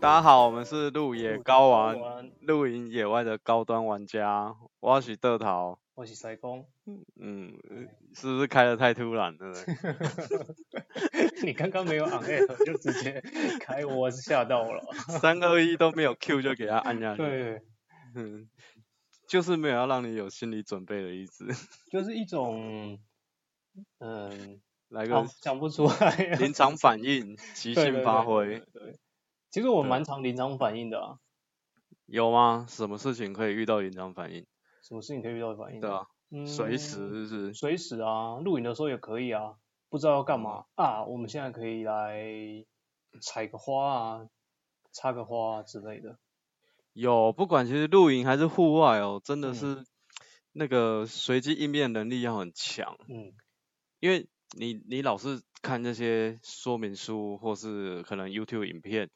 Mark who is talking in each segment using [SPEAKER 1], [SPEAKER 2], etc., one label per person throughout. [SPEAKER 1] 大家好，我们是路野高啊玩
[SPEAKER 2] 高玩
[SPEAKER 1] 露营野外的高端玩家，我是豆桃。
[SPEAKER 2] 我是西公，
[SPEAKER 1] 嗯，是不是开的太突然了呢？
[SPEAKER 2] 你刚刚没有 on air 就直 接开我，我是吓到了。
[SPEAKER 1] 三二一都没有 Q 就给他按下去，
[SPEAKER 2] 对，
[SPEAKER 1] 嗯，就是没有要让你有心理准备的意思。
[SPEAKER 2] 就是一种，嗯，
[SPEAKER 1] 来
[SPEAKER 2] 好
[SPEAKER 1] 个
[SPEAKER 2] 讲不出来。啊
[SPEAKER 1] 临场反应，即
[SPEAKER 2] 对
[SPEAKER 1] 兴发挥，。
[SPEAKER 2] 对对对对 其实我
[SPEAKER 1] 对啊
[SPEAKER 2] 蛮常临场反应的啊，
[SPEAKER 1] 有吗？什么事情可以遇到临场反应？
[SPEAKER 2] 什么事情可以遇到反应？
[SPEAKER 1] 对啊，
[SPEAKER 2] 嗯，
[SPEAKER 1] 随时是
[SPEAKER 2] 随时啊，录影的时候也可以啊，不知道要干嘛啊，我们现在可以来采个花啊，插个花啊之类的。
[SPEAKER 1] 有，不管其实露营还是户外哦，真的
[SPEAKER 2] 嗯
[SPEAKER 1] 是那个随机应变能力要很强。
[SPEAKER 2] 嗯
[SPEAKER 1] 因为你你老是看这些说明书或是可能 YouTube 影片，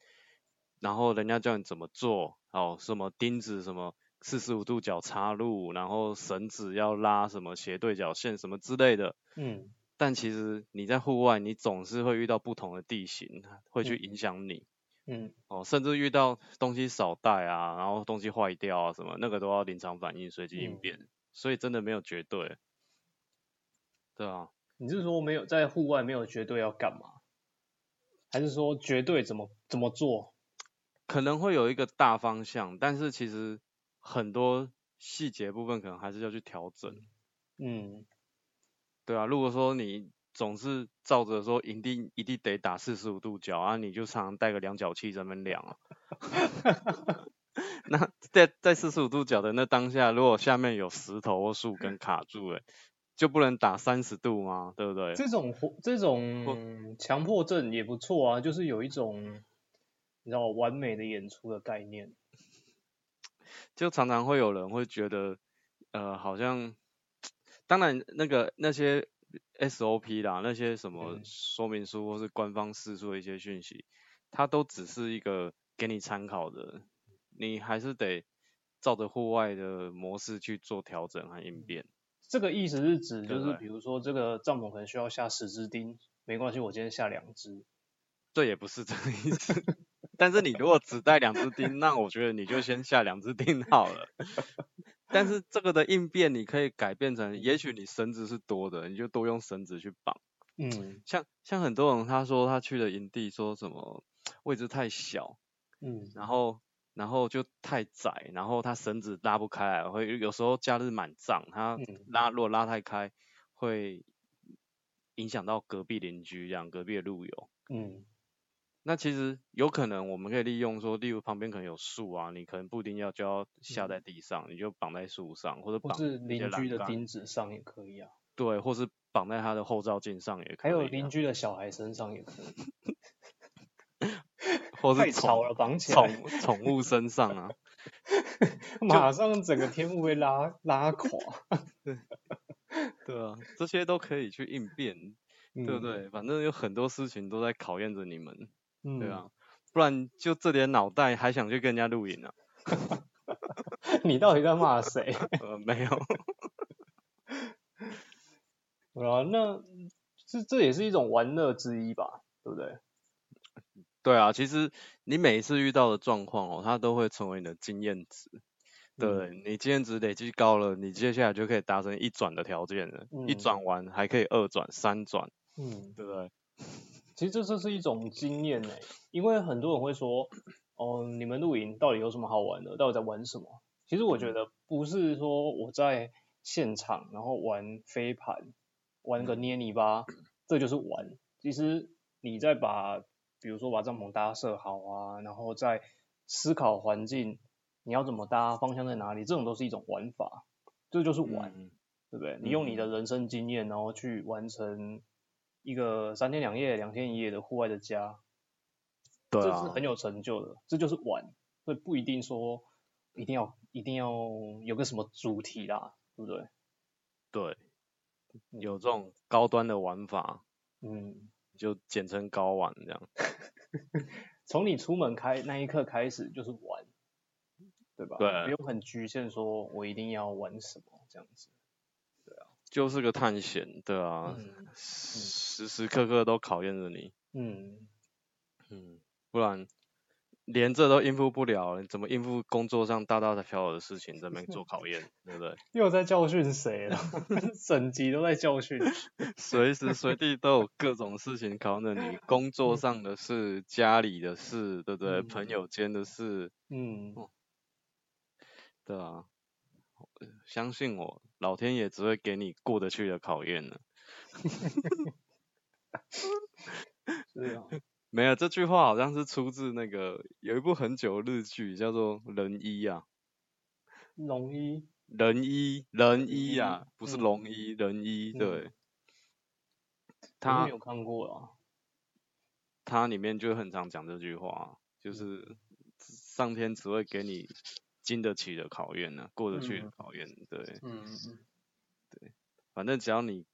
[SPEAKER 1] 然后人家教你怎么做，哦，什么钉子什么四十五度角插入，然后绳子要拉什么斜对角线什么之类的，
[SPEAKER 2] 嗯，
[SPEAKER 1] 但其实你在户外，你总是会遇到不同的地形，会去
[SPEAKER 2] 嗯
[SPEAKER 1] 影响你。
[SPEAKER 2] 嗯，
[SPEAKER 1] 哦，甚至遇到东西少带啊，然后东西坏掉啊什么，那个都要临场反应、随机应
[SPEAKER 2] 嗯
[SPEAKER 1] 变，所以真的没有绝对。对啊，
[SPEAKER 2] 你是说没有在户外没有绝对要干嘛，还是说绝对怎么怎么做？
[SPEAKER 1] 可能会有一个大方向，但是其实很多细节部分可能还是要去调整。
[SPEAKER 2] 嗯
[SPEAKER 1] 对啊，如果说你总是照着说一定一定得打四十五度角啊，你就常常带个量角器在那边量啊。 那在在四十五度角的那当下，如果下面有石头或树根卡住了，就不能打三十度吗？对不对？
[SPEAKER 2] 这种活这种强迫症也不错啊，就是有一种你知道完美的演出的概念。
[SPEAKER 1] 就常常会有人会觉得，呃，好像，当然那个那些 SOP 啦，那些什么
[SPEAKER 2] 嗯
[SPEAKER 1] 说明书或是官方释出的一些讯息，它都只是一个给你参考的，你还是得照着户外的模式去做调整和应变。
[SPEAKER 2] 这个意思是指
[SPEAKER 1] 对
[SPEAKER 2] 就
[SPEAKER 1] 不
[SPEAKER 2] 是
[SPEAKER 1] 对
[SPEAKER 2] 比如说这个帐篷可能需要下十支钉，没关系，我今天下两支。
[SPEAKER 1] 这也不是这个意思。 但是你如果只带两只钉，那我觉得你就先下两只钉好了。但是这个的应变，你可以改变成，也许你绳子是多的，你就多用绳子去绑。
[SPEAKER 2] 嗯
[SPEAKER 1] 像像很多人他说他去的营地说什么位置太小，
[SPEAKER 2] 嗯
[SPEAKER 1] 然后然后就太窄，然后他绳子拉不开来，会有时候假日满帐，他
[SPEAKER 2] 嗯
[SPEAKER 1] 拉如果拉太开，会影响到隔壁邻居这样，隔壁的路友。
[SPEAKER 2] 嗯
[SPEAKER 1] 那其实有可能我们可以利用说，例如旁边可能有树啊，你可能不一定要就要下在地上，你就绑在树上，或者
[SPEAKER 2] 嗯或
[SPEAKER 1] 绑一些
[SPEAKER 2] 是邻居
[SPEAKER 1] 栏
[SPEAKER 2] 的
[SPEAKER 1] 杆
[SPEAKER 2] 钉子上也可以啊，
[SPEAKER 1] 对，或是绑在他的后照镜上也可
[SPEAKER 2] 还
[SPEAKER 1] 以啊、
[SPEAKER 2] 有邻居的小孩身上也可以。
[SPEAKER 1] 或
[SPEAKER 2] 太
[SPEAKER 1] 是
[SPEAKER 2] 吵
[SPEAKER 1] 宠
[SPEAKER 2] 了，绑起来。
[SPEAKER 1] 宠宠物身上 啊，
[SPEAKER 2] 马上整个天幕被拉拉垮，
[SPEAKER 1] 对啊，这些都可以去应变，
[SPEAKER 2] 对
[SPEAKER 1] 对不？对？反正有很多事情都在考验着你们，
[SPEAKER 2] 嗯，
[SPEAKER 1] 对啊，不然就这点脑袋还想去跟人家露营啊？
[SPEAKER 2] 嗯 你到底在骂谁？
[SPEAKER 1] 呃，没有，
[SPEAKER 2] 对啊，那这这也是一种玩乐之一吧，对不对？
[SPEAKER 1] 对啊，其实你每一次遇到的状况哦，它都会成为你的经验值。对
[SPEAKER 2] 嗯
[SPEAKER 1] 你经验值累积高了，你接下来就可以达成一转的条件了。一
[SPEAKER 2] 嗯
[SPEAKER 1] 转完还可以二转、三转，
[SPEAKER 2] 嗯，
[SPEAKER 1] 对不对？
[SPEAKER 2] 其实这这是一种经验呢、欸因为很多人会说，哦，你们露营到底有什么好玩的？到底在玩什么？其实我觉得不是说我在现场然后玩飞盘，玩个捏泥巴，这就是玩。其实你在把，比如说把帐篷搭设好啊，然后再思考环境，你要怎么搭，方向在哪里，这种都是一种玩法，这就是玩。
[SPEAKER 1] 嗯
[SPEAKER 2] 对不对？你用你的人生经验，然后去完成一个三天两夜、两天一夜的户外的家，
[SPEAKER 1] 对
[SPEAKER 2] 这是
[SPEAKER 1] 啊，
[SPEAKER 2] 很有成就的，这就是玩，所以不一定说一定要一定要有个什么主题啦，对不对？
[SPEAKER 1] 对，有这种高端的玩法，
[SPEAKER 2] 嗯，
[SPEAKER 1] 就简称高玩这样。
[SPEAKER 2] 从你出门开那一刻开始就是玩，对吧？
[SPEAKER 1] 对啊
[SPEAKER 2] 不用很局限，说我一定要玩什么这样子。
[SPEAKER 1] 就是个探险，对啊，
[SPEAKER 2] 嗯
[SPEAKER 1] 时时刻刻都考验着你，
[SPEAKER 2] 嗯，
[SPEAKER 1] 嗯，不然连这都应付不了，你怎么应付工作上大大小小的事情这边做考验，对不对？
[SPEAKER 2] 又在教训谁了？ 整集都在教训。
[SPEAKER 1] 随时随地都有各种事情考着你，工作上的事、家里的事，对不对？
[SPEAKER 2] 嗯
[SPEAKER 1] 朋友间的事，
[SPEAKER 2] 嗯，
[SPEAKER 1] 对啊。相信我，老天爷只会给你过得去的考验的。
[SPEAKER 2] 是啊，
[SPEAKER 1] 没有，这句话好像是出自那个有一部很久的日剧，叫做《人医》啊，
[SPEAKER 2] 龙一，
[SPEAKER 1] 人医，人医
[SPEAKER 2] 医
[SPEAKER 1] 啊，不是
[SPEAKER 2] 嗯
[SPEAKER 1] 龙医，人医，
[SPEAKER 2] 嗯
[SPEAKER 1] 对。
[SPEAKER 2] 我是
[SPEAKER 1] 他
[SPEAKER 2] 没有看过啊。
[SPEAKER 1] 它里面就很常讲这句话，就是上天只会给你经得起的考验呢、过得去的
[SPEAKER 2] 嗯
[SPEAKER 1] 考验。对，
[SPEAKER 2] 嗯，
[SPEAKER 1] 反正只要你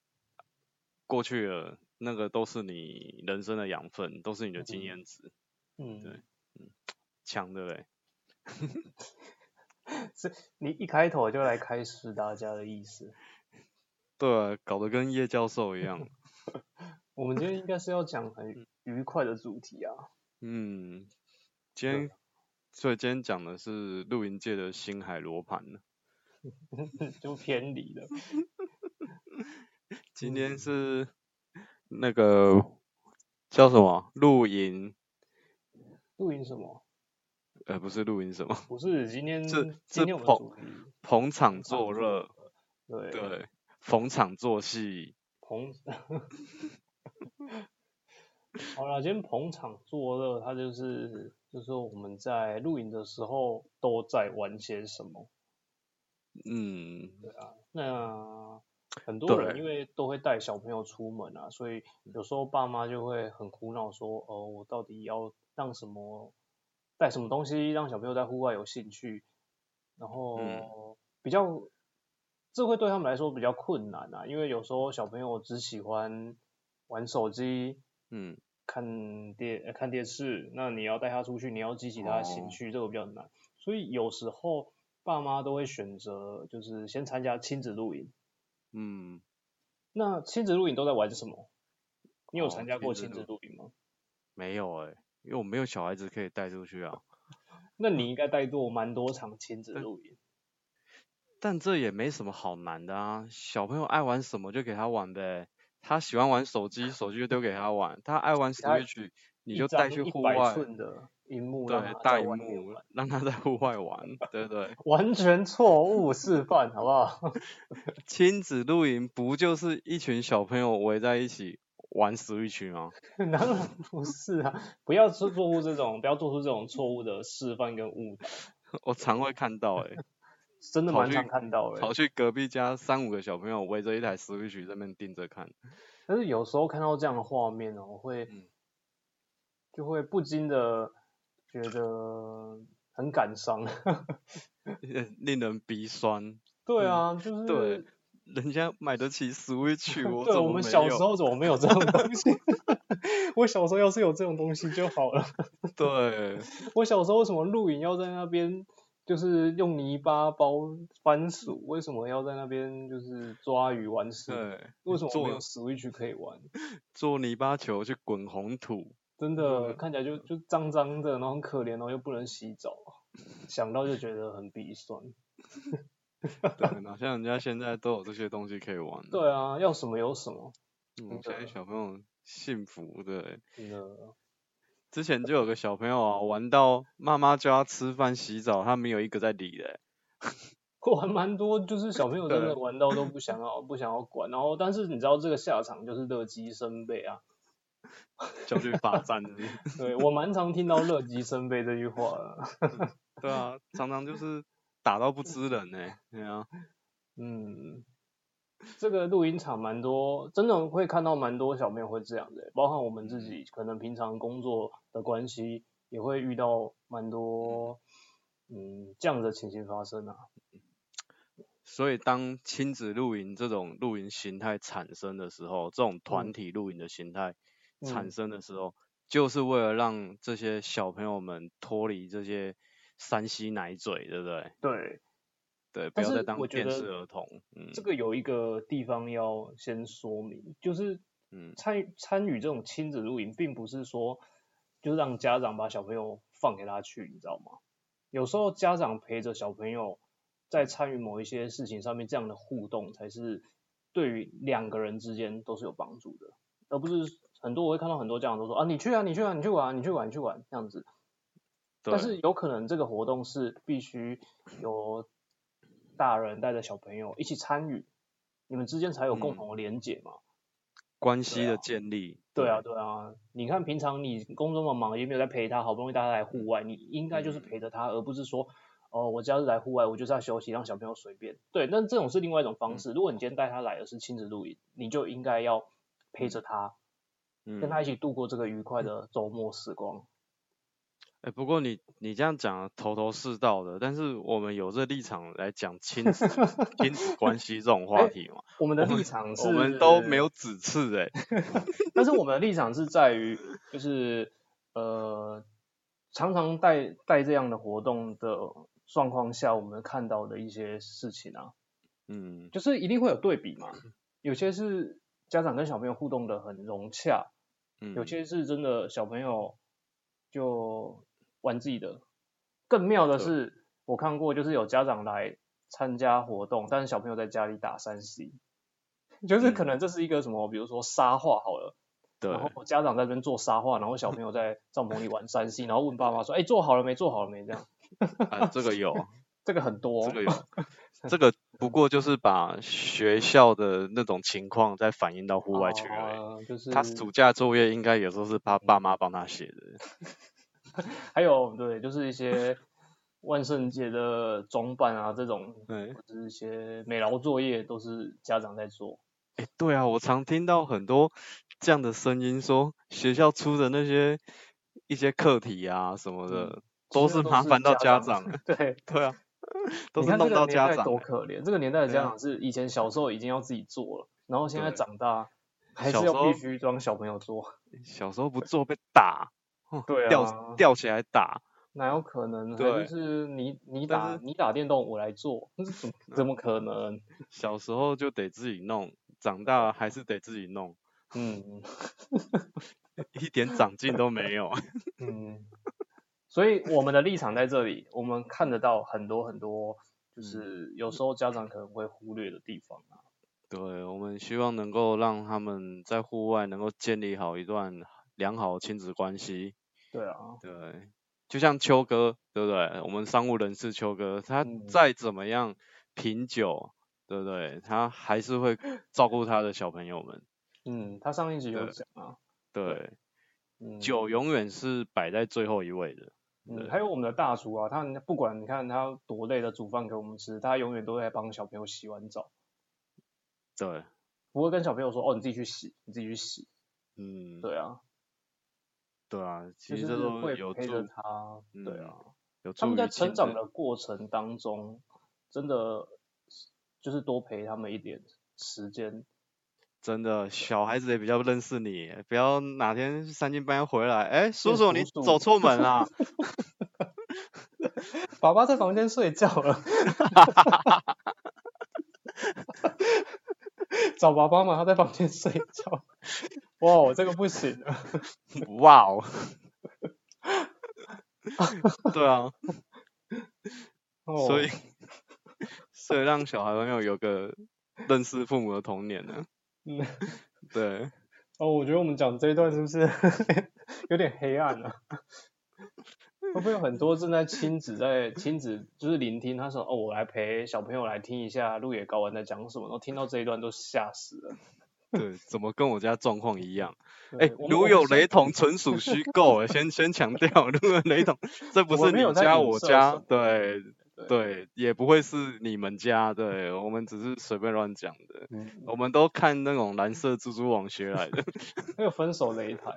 [SPEAKER 1] 过去了，那个都是你人生的养分，都是你的经
[SPEAKER 2] 嗯
[SPEAKER 1] 验值，
[SPEAKER 2] 嗯，
[SPEAKER 1] 对强的嘞。
[SPEAKER 2] 你一开头就来开始大家的意思。
[SPEAKER 1] 对啊、搞得跟叶教授一 样。
[SPEAKER 2] 我们今天应该是要讲很愉快的主题啊。
[SPEAKER 1] 嗯，今
[SPEAKER 2] 对
[SPEAKER 1] 天所以今天讲的是露营界的星海罗盘啊呢。
[SPEAKER 2] 就偏离了。
[SPEAKER 1] 嗯今天
[SPEAKER 2] 嗯
[SPEAKER 1] 是那个叫什么露营？
[SPEAKER 2] 露营什么？
[SPEAKER 1] 呃，不是露营什么？
[SPEAKER 2] 不是今天，
[SPEAKER 1] 这这
[SPEAKER 2] 今天我们的主题
[SPEAKER 1] 捧场
[SPEAKER 2] 场
[SPEAKER 1] 作
[SPEAKER 2] 作
[SPEAKER 1] 乐，
[SPEAKER 2] 哦对
[SPEAKER 1] 对，逢场作戏，
[SPEAKER 2] 捧。 好啦，今天捧场作乐，它就是就是我们在露营的时候都在玩些什么。
[SPEAKER 1] 嗯，
[SPEAKER 2] 啊那很多人
[SPEAKER 1] 对
[SPEAKER 2] 因为都会带小朋友出门啊，所以有时候爸妈就会很苦恼说，哦，我到底要让什么带什么东西让小朋友在户外有兴趣，然后比较这会对他们来说比较困难啊，因为有时候小朋友只喜欢玩手机。
[SPEAKER 1] 嗯，
[SPEAKER 2] 看电呃看电视，那你要带他出去，你要激起他的
[SPEAKER 1] 哦
[SPEAKER 2] 兴趣，这个比较难。所以有时候爸妈都会选择就是先参加亲子露营。
[SPEAKER 1] 嗯，
[SPEAKER 2] 那亲子露营都在玩什么？你有
[SPEAKER 1] 哦
[SPEAKER 2] 参加过
[SPEAKER 1] 亲
[SPEAKER 2] 亲
[SPEAKER 1] 子
[SPEAKER 2] 子露营吗？
[SPEAKER 1] 没有哎、因为我没有小孩子可以带出去啊，
[SPEAKER 2] 那你应该带过蛮多场亲子
[SPEAKER 1] 对
[SPEAKER 2] 露营。
[SPEAKER 1] 但这也没什么好难的啊，小朋友爱玩什么就给他玩呗，他喜欢玩手机，手机就丢给他玩，他爱玩
[SPEAKER 2] 他
[SPEAKER 1] Switch，你
[SPEAKER 2] 一
[SPEAKER 1] 就带
[SPEAKER 2] 张
[SPEAKER 1] 去户
[SPEAKER 2] 100
[SPEAKER 1] 外，
[SPEAKER 2] 寸的荧幕让
[SPEAKER 1] 对
[SPEAKER 2] 他，
[SPEAKER 1] 大
[SPEAKER 2] 在
[SPEAKER 1] 荧
[SPEAKER 2] 外面
[SPEAKER 1] 幕
[SPEAKER 2] 玩，
[SPEAKER 1] 让他在户外玩，对不对？
[SPEAKER 2] 完全错误示范，好不好？
[SPEAKER 1] 亲子露营不就是一群小朋友围在一起玩 Switch 吗？
[SPEAKER 2] 当然不是啊，不要做做出这种，不要做出这种错误的示范跟误导，
[SPEAKER 1] 我常会看到哎、
[SPEAKER 2] 真的
[SPEAKER 1] 跑
[SPEAKER 2] 蛮
[SPEAKER 1] 去
[SPEAKER 2] 常看到的欸。
[SPEAKER 1] 跑去隔壁家三五个小朋友围着一台 Switch 这边盯着看，
[SPEAKER 2] 但是有时候看到这样的画面哦，会、
[SPEAKER 1] 嗯
[SPEAKER 2] 就会不禁的觉得很感伤。
[SPEAKER 1] 令人鼻酸。
[SPEAKER 2] 对
[SPEAKER 1] 嗯
[SPEAKER 2] 啊，就是
[SPEAKER 1] 对，人家买得起 Switch，我
[SPEAKER 2] 对
[SPEAKER 1] 怎
[SPEAKER 2] 我
[SPEAKER 1] 么
[SPEAKER 2] 们
[SPEAKER 1] 没
[SPEAKER 2] 小时
[SPEAKER 1] 有？
[SPEAKER 2] 候怎么没有这种东西？ 我小时候要是有这种东西就好了。
[SPEAKER 1] 对，
[SPEAKER 2] 我小时候为什么露营要在那边？就是用泥巴包番薯，为什么要在那边就是抓鱼玩水？
[SPEAKER 1] 对，
[SPEAKER 2] 为什么没
[SPEAKER 1] 做
[SPEAKER 2] 有 Switch 可以玩？
[SPEAKER 1] 做泥巴球去滚红土，
[SPEAKER 2] 真的看起来就就脏脏的，然后很可怜，然后又不能洗澡，想到就觉得很鼻酸。
[SPEAKER 1] 对，哪像人家现在都有这些东西可以玩。
[SPEAKER 2] 对啊，要什么有什么，
[SPEAKER 1] 嗯，现在
[SPEAKER 2] 的
[SPEAKER 1] 小朋友幸福，对。
[SPEAKER 2] 真的。
[SPEAKER 1] 之前就有个小朋友啊，玩到妈妈叫他吃饭洗澡，他没有一个在理的欸、
[SPEAKER 2] 玩蛮多，就是小朋友真
[SPEAKER 1] 对
[SPEAKER 2] 的玩到都不想要不想要管，然后但是你知道这个下场就是乐极生悲啊。
[SPEAKER 1] 焦虑罚站是不是。
[SPEAKER 2] 对我蛮常听到乐极生悲这句话的，
[SPEAKER 1] 对啊，常常就是打到不知人呢、对啊，
[SPEAKER 2] 嗯，这个录音场蛮多，真的会看到蛮多小朋友会这样的，包含我们自己可能平常工作的关系也会遇到蛮多嗯这样的情形发生啊。
[SPEAKER 1] 所以当亲子露营这种露营形态产生的时候，这种团
[SPEAKER 2] 嗯
[SPEAKER 1] 体露营的形态产
[SPEAKER 2] 嗯
[SPEAKER 1] 生的时候，就是为了让这些小朋友们脱离这些山西奶嘴，对不对？
[SPEAKER 2] 对，
[SPEAKER 1] 对，不
[SPEAKER 2] 但
[SPEAKER 1] 要再
[SPEAKER 2] 是
[SPEAKER 1] 当
[SPEAKER 2] 我觉
[SPEAKER 1] 电
[SPEAKER 2] 得
[SPEAKER 1] 视儿童。嗯
[SPEAKER 2] 这个有一个地方要先说明，就是
[SPEAKER 1] 嗯
[SPEAKER 2] 参与参与这种亲子露营，并不是说就让家长把小朋友放给他去，你知道吗？有时候家长陪着小朋友在参与某一些事情上面，这样的互动才是对于两个人之间都是有帮助的，而不是很多我会看到很多家长都说啊，你去啊，你去啊，你去玩啊，你去玩，你去玩这样子。
[SPEAKER 1] 对
[SPEAKER 2] 但是有可能这个活动是必须由大人带着小朋友一起参与，你们之间才有共
[SPEAKER 1] 嗯
[SPEAKER 2] 同的连结嘛。
[SPEAKER 1] 关系
[SPEAKER 2] 啊
[SPEAKER 1] 的建立，
[SPEAKER 2] 对啊，，对啊，你看平常你工作那么忙，也没有在陪他，好不容易大家来户外，你应该就是
[SPEAKER 1] 嗯
[SPEAKER 2] 陪着他，而不是说哦，我假日来户外，我就是要休息，让小朋友随便。对，但这种是另外一种
[SPEAKER 1] 嗯
[SPEAKER 2] 方式。如果你今天带他来的是亲子露营，你就应该要陪着他，
[SPEAKER 1] 嗯，
[SPEAKER 2] 跟他一起度过这个愉快的周末时光。
[SPEAKER 1] 哎、不过你你这样讲得头头是道的，但是我们有这立场来讲亲 子亲子关系这种话
[SPEAKER 2] 哎
[SPEAKER 1] 题嘛，
[SPEAKER 2] 我们的
[SPEAKER 1] 我们
[SPEAKER 2] 立场是，
[SPEAKER 1] 我们都没有指斥哎、
[SPEAKER 2] 但是我们的立场是在于，就是呃，常常带带这样的活动的状况下，我们看到的一些事情啊，
[SPEAKER 1] 嗯
[SPEAKER 2] 就是一定会有对比嘛。有些是家长跟小朋友互动的很融洽，
[SPEAKER 1] 嗯，
[SPEAKER 2] 有些是真的小朋友就玩自己的。更妙的是，我看过就是有家长来参加活动，但是小朋友在家里打三 C，就是可能这是一个什么，比如说沙画好了。
[SPEAKER 1] 对
[SPEAKER 2] 然后家长在那边做沙画，然后小朋 友在帐篷里玩三 C，然后问爸妈说：“哎、做好了没？做好了没？”这样，
[SPEAKER 1] 啊，这个 有，
[SPEAKER 2] 这个很多、
[SPEAKER 1] 这个有，这个不过就是把学校的那种情况再反映到户外去而已。
[SPEAKER 2] 啊就是
[SPEAKER 1] 他暑假作业应该也都是他爸妈帮他写的，
[SPEAKER 2] 还有对，就是一些万圣节的装扮啊，这种
[SPEAKER 1] 对，
[SPEAKER 2] 或者是一些美劳作业都是家长在做。
[SPEAKER 1] 哎、对啊，我常听到很多这样的声音说，学校出的那些一些课题啊什么的，
[SPEAKER 2] 嗯
[SPEAKER 1] 都
[SPEAKER 2] 其实
[SPEAKER 1] 是
[SPEAKER 2] 都
[SPEAKER 1] 麻
[SPEAKER 2] 是
[SPEAKER 1] 烦到
[SPEAKER 2] 家
[SPEAKER 1] 家
[SPEAKER 2] 长
[SPEAKER 1] 长。
[SPEAKER 2] 对，
[SPEAKER 1] 对啊， 都
[SPEAKER 2] 你
[SPEAKER 1] 是
[SPEAKER 2] 看这
[SPEAKER 1] 弄
[SPEAKER 2] 个
[SPEAKER 1] 到
[SPEAKER 2] 年
[SPEAKER 1] 家
[SPEAKER 2] 代
[SPEAKER 1] 长
[SPEAKER 2] 多
[SPEAKER 1] 欸。
[SPEAKER 2] 可怜，这个年代的
[SPEAKER 1] 对
[SPEAKER 2] 家
[SPEAKER 1] 啊
[SPEAKER 2] 长是以前小时候已经要自己做了，然后现在
[SPEAKER 1] 对
[SPEAKER 2] 长大还
[SPEAKER 1] 小
[SPEAKER 2] 是
[SPEAKER 1] 时
[SPEAKER 2] 要
[SPEAKER 1] 候
[SPEAKER 2] 必须装小朋友做。
[SPEAKER 1] 小时候不做被打，哦
[SPEAKER 2] 对啊
[SPEAKER 1] 吊吊起来打。
[SPEAKER 2] 哪有可能？还
[SPEAKER 1] 对
[SPEAKER 2] 就是你你
[SPEAKER 1] 但
[SPEAKER 2] 打
[SPEAKER 1] 是嗯
[SPEAKER 2] 你打电动，我来做，这怎么怎么可能？
[SPEAKER 1] 小时候就得自己弄，长大了还是得自己弄，
[SPEAKER 2] 嗯
[SPEAKER 1] 一点长进都没有。
[SPEAKER 2] 嗯，所以我们的立场在这里，我们看得到很多很多，
[SPEAKER 1] 嗯
[SPEAKER 2] 就是有时候家长可能会忽略的地方啊。
[SPEAKER 1] 对，我们希望能够让他们在户外能够建立好一段良好的亲子关系。
[SPEAKER 2] 对啊，
[SPEAKER 1] 对，就像秋哥，对不对？我们商务人士秋哥，他
[SPEAKER 2] 嗯
[SPEAKER 1] 再怎么样品酒，对不对？他还是会照顾他的小朋友们。
[SPEAKER 2] 嗯，他上一集有
[SPEAKER 1] 对
[SPEAKER 2] 讲啊，
[SPEAKER 1] 对，
[SPEAKER 2] 嗯，
[SPEAKER 1] 酒永远是摆在最后一位的。
[SPEAKER 2] 嗯，
[SPEAKER 1] 对
[SPEAKER 2] 还有我们的大厨啊，他不管你看他多累的煮饭给我们吃，他永远都在帮小朋友洗完澡，
[SPEAKER 1] 对，
[SPEAKER 2] 不会跟小朋友说哦你自己去洗，你自己去洗。
[SPEAKER 1] 嗯，
[SPEAKER 2] 对啊，
[SPEAKER 1] 对啊，
[SPEAKER 2] 就
[SPEAKER 1] 其实
[SPEAKER 2] 是
[SPEAKER 1] 这都
[SPEAKER 2] 会
[SPEAKER 1] 有
[SPEAKER 2] 陪着
[SPEAKER 1] 助
[SPEAKER 2] 他。对
[SPEAKER 1] 嗯
[SPEAKER 2] 啊，
[SPEAKER 1] 有助
[SPEAKER 2] 他们在
[SPEAKER 1] 于
[SPEAKER 2] 成
[SPEAKER 1] 亲
[SPEAKER 2] 长
[SPEAKER 1] 子，
[SPEAKER 2] 的过程当中，真的就是多陪他们一点时间。
[SPEAKER 1] 真的小孩子也比较认识你，不要哪天三更半夜回来，哎，叔叔
[SPEAKER 2] 变叔
[SPEAKER 1] 你
[SPEAKER 2] 叔
[SPEAKER 1] 走错门 啦，
[SPEAKER 2] 爸爸在房间睡觉了， 找爸爸嘛，他在房间睡觉。哇，我这个不行啊，
[SPEAKER 1] 哇 哦， 对啊，
[SPEAKER 2] 哦、
[SPEAKER 1] 所以 所以让小孩朋友有个认识父母的童年呢，
[SPEAKER 2] 嗯，
[SPEAKER 1] 对，
[SPEAKER 2] 哦，我觉得我们讲这一段是不 是有点黑暗啊？会不会有很多正在亲子在亲子就是聆听，他说哦，我来陪小朋友来听一下鹿野高玩在讲什么，然后听到这一段都吓死了。
[SPEAKER 1] 对，怎么跟我家状况一样？
[SPEAKER 2] 对
[SPEAKER 1] 哎，
[SPEAKER 2] 我们
[SPEAKER 1] 如
[SPEAKER 2] 我们
[SPEAKER 1] 有
[SPEAKER 2] 先
[SPEAKER 1] 雷同，纯属虚构。啊先先强调，如有雷同，这不
[SPEAKER 2] 我
[SPEAKER 1] 是
[SPEAKER 2] 没有
[SPEAKER 1] 你
[SPEAKER 2] 在
[SPEAKER 1] 家
[SPEAKER 2] 影
[SPEAKER 1] 我
[SPEAKER 2] 射什
[SPEAKER 1] 家
[SPEAKER 2] 么，
[SPEAKER 1] 对
[SPEAKER 2] 对
[SPEAKER 1] 对，也不会是你们家，对我们只是随便乱讲的。
[SPEAKER 2] 嗯，
[SPEAKER 1] 我们都看那种蓝色蜘蛛网学来的，
[SPEAKER 2] 那个分手擂台，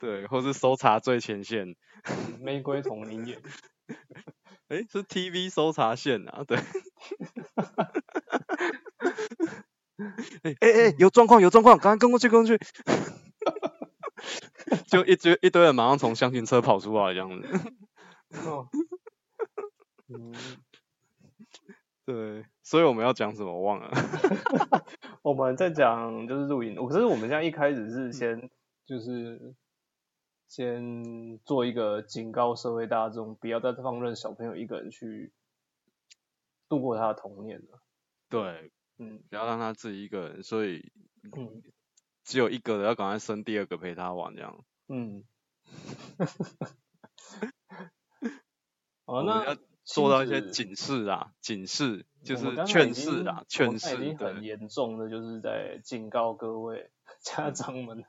[SPEAKER 1] 对，或是搜查最前线，
[SPEAKER 2] 玫瑰同林演，
[SPEAKER 1] 诶，是 TV 搜查线啊，对。哎哎、诶有状况有状况，赶快跟过去跟过去。就一堆一堆人马上从箱型车跑出来这样子。
[SPEAKER 2] 哦，嗯，
[SPEAKER 1] 对，所以我们要讲什么我忘了。
[SPEAKER 2] 我们在讲就是露营，我可是我们现在一开始是先就是先做一个警告社会大众，不要再放任小朋友一个人去度过他的童年了。
[SPEAKER 1] 对，
[SPEAKER 2] 嗯
[SPEAKER 1] 不要让他自己一个人，所以
[SPEAKER 2] 嗯
[SPEAKER 1] 只有一个的要赶快生第二个陪他玩这样。
[SPEAKER 2] 嗯。
[SPEAKER 1] 我
[SPEAKER 2] 好，
[SPEAKER 1] 们要
[SPEAKER 2] 那
[SPEAKER 1] 做到一
[SPEAKER 2] 亲
[SPEAKER 1] 些
[SPEAKER 2] 子
[SPEAKER 1] 警示啊，警示就
[SPEAKER 2] 我们
[SPEAKER 1] 是
[SPEAKER 2] 刚才已
[SPEAKER 1] 劝
[SPEAKER 2] 经
[SPEAKER 1] 示啊，
[SPEAKER 2] 我
[SPEAKER 1] 劝
[SPEAKER 2] 们刚才
[SPEAKER 1] 示
[SPEAKER 2] 已经很
[SPEAKER 1] 对，
[SPEAKER 2] 严重的，就是在警告各位 家长们，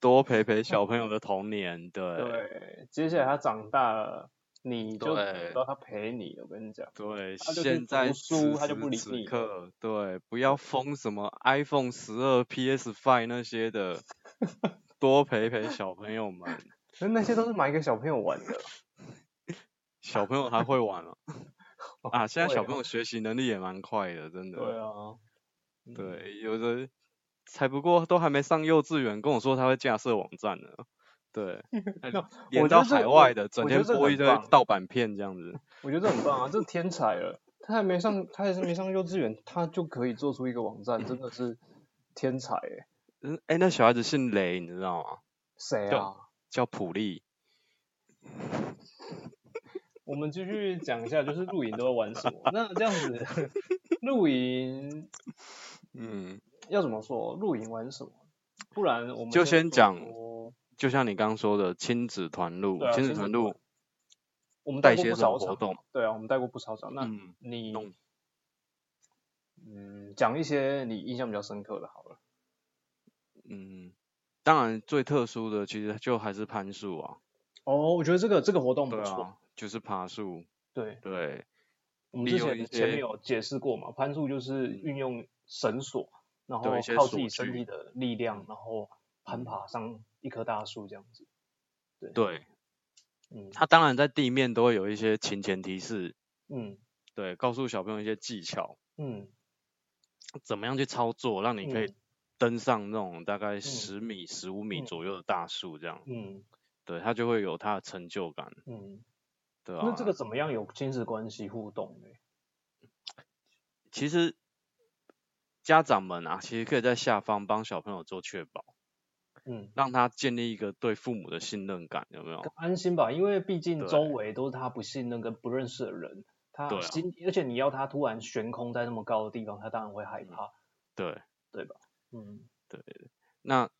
[SPEAKER 1] 多陪陪小朋友的童 年，对
[SPEAKER 2] 对，接下来他长大了，你就等
[SPEAKER 1] 对
[SPEAKER 2] 不到他陪你，我跟你讲，
[SPEAKER 1] 对，
[SPEAKER 2] 他就去
[SPEAKER 1] 现
[SPEAKER 2] 读
[SPEAKER 1] 在
[SPEAKER 2] 书
[SPEAKER 1] 此
[SPEAKER 2] 他就不
[SPEAKER 1] 时
[SPEAKER 2] 理
[SPEAKER 1] 此
[SPEAKER 2] 你
[SPEAKER 1] 刻，对，不要封什么 iPhone 十二、PS Five 那些 的，多陪陪小朋友们，
[SPEAKER 2] 那那些都是买给小朋友玩的，
[SPEAKER 1] 小朋友还会玩 了啊，现在
[SPEAKER 2] 会
[SPEAKER 1] 小
[SPEAKER 2] 哦
[SPEAKER 1] 朋友学习能力也蛮快的，真的。
[SPEAKER 2] 对啊，嗯，
[SPEAKER 1] 对，有的才不过都还没上幼稚园，跟我说他会架设网站呢。 对，那
[SPEAKER 2] 那
[SPEAKER 1] 连
[SPEAKER 2] 我觉
[SPEAKER 1] 到
[SPEAKER 2] 得这
[SPEAKER 1] 海
[SPEAKER 2] 个
[SPEAKER 1] 外
[SPEAKER 2] 我
[SPEAKER 1] 的，整
[SPEAKER 2] 我觉得
[SPEAKER 1] 天
[SPEAKER 2] 这个
[SPEAKER 1] 播一
[SPEAKER 2] 很
[SPEAKER 1] 堆
[SPEAKER 2] 棒
[SPEAKER 1] 盗版片这样子。
[SPEAKER 2] 我觉得这很棒啊，这天才了，他还没上，他还是没上幼稚园，他就可以做出一个网站，真的是天才欸
[SPEAKER 1] 嗯，哎，那小孩子姓雷，你知道吗？
[SPEAKER 2] 谁
[SPEAKER 1] 就
[SPEAKER 2] 啊？
[SPEAKER 1] 叫普利。
[SPEAKER 2] 我们继续讲一下，就是露营都会玩什么？那这样子，露营
[SPEAKER 1] 嗯，
[SPEAKER 2] 要怎么说？露营玩什么？不然我们
[SPEAKER 1] 就先
[SPEAKER 2] 说
[SPEAKER 1] 讲
[SPEAKER 2] 说
[SPEAKER 1] 就像你刚刚说的亲子团露
[SPEAKER 2] 对，啊
[SPEAKER 1] 亲子
[SPEAKER 2] 亲子
[SPEAKER 1] 团
[SPEAKER 2] 团
[SPEAKER 1] 露，
[SPEAKER 2] 我们
[SPEAKER 1] 带
[SPEAKER 2] 过
[SPEAKER 1] 些
[SPEAKER 2] 不
[SPEAKER 1] 什么
[SPEAKER 2] 少
[SPEAKER 1] 活
[SPEAKER 2] 场，
[SPEAKER 1] 动？
[SPEAKER 2] 对啊，我们带过不少场。那
[SPEAKER 1] 嗯，
[SPEAKER 2] 你
[SPEAKER 1] 弄
[SPEAKER 2] 嗯讲一些你印象比较深刻的好了。
[SPEAKER 1] 嗯，当然最特殊的其实就还是攀树啊，
[SPEAKER 2] 哦，我觉得这个这个活动
[SPEAKER 1] 对
[SPEAKER 2] 不错，
[SPEAKER 1] 啊，就是爬树，
[SPEAKER 2] 对，
[SPEAKER 1] 对，
[SPEAKER 2] 我们
[SPEAKER 1] 利
[SPEAKER 2] 之
[SPEAKER 1] 用一
[SPEAKER 2] 前前
[SPEAKER 1] 些
[SPEAKER 2] 面有嗯解释过嘛，攀树就是运用绳索，然后
[SPEAKER 1] 对一些
[SPEAKER 2] 靠自
[SPEAKER 1] 索
[SPEAKER 2] 己身
[SPEAKER 1] 具
[SPEAKER 2] 体的力量，然后攀爬上一棵大树这样子。
[SPEAKER 1] 对，
[SPEAKER 2] 嗯
[SPEAKER 1] 它当然在地面都会有一些勤前提示，
[SPEAKER 2] 嗯
[SPEAKER 1] 对，告诉小朋友一些技巧，
[SPEAKER 2] 嗯
[SPEAKER 1] 怎么样去操作，让你可以
[SPEAKER 2] 嗯
[SPEAKER 1] 登上那种大概十米、十五米
[SPEAKER 2] 嗯
[SPEAKER 1] 左右的大树，这样，
[SPEAKER 2] 嗯
[SPEAKER 1] 对他就会有他的成就感，
[SPEAKER 2] 嗯，
[SPEAKER 1] 对啊。
[SPEAKER 2] 那这个怎么样有亲子关系互动呢？
[SPEAKER 1] 其实家长们啊，其实可以在下方帮小朋友做确保，
[SPEAKER 2] 嗯，
[SPEAKER 1] 让他建立一个对父母的信任感，有没有？
[SPEAKER 2] 安心吧，因为毕竟
[SPEAKER 1] 对
[SPEAKER 2] 周围都是他不信任跟不认识的人，他
[SPEAKER 1] 对啊
[SPEAKER 2] 心，而且你要他突然悬空在那么高的地方，他当然会害怕。
[SPEAKER 1] 对，
[SPEAKER 2] 嗯
[SPEAKER 1] 那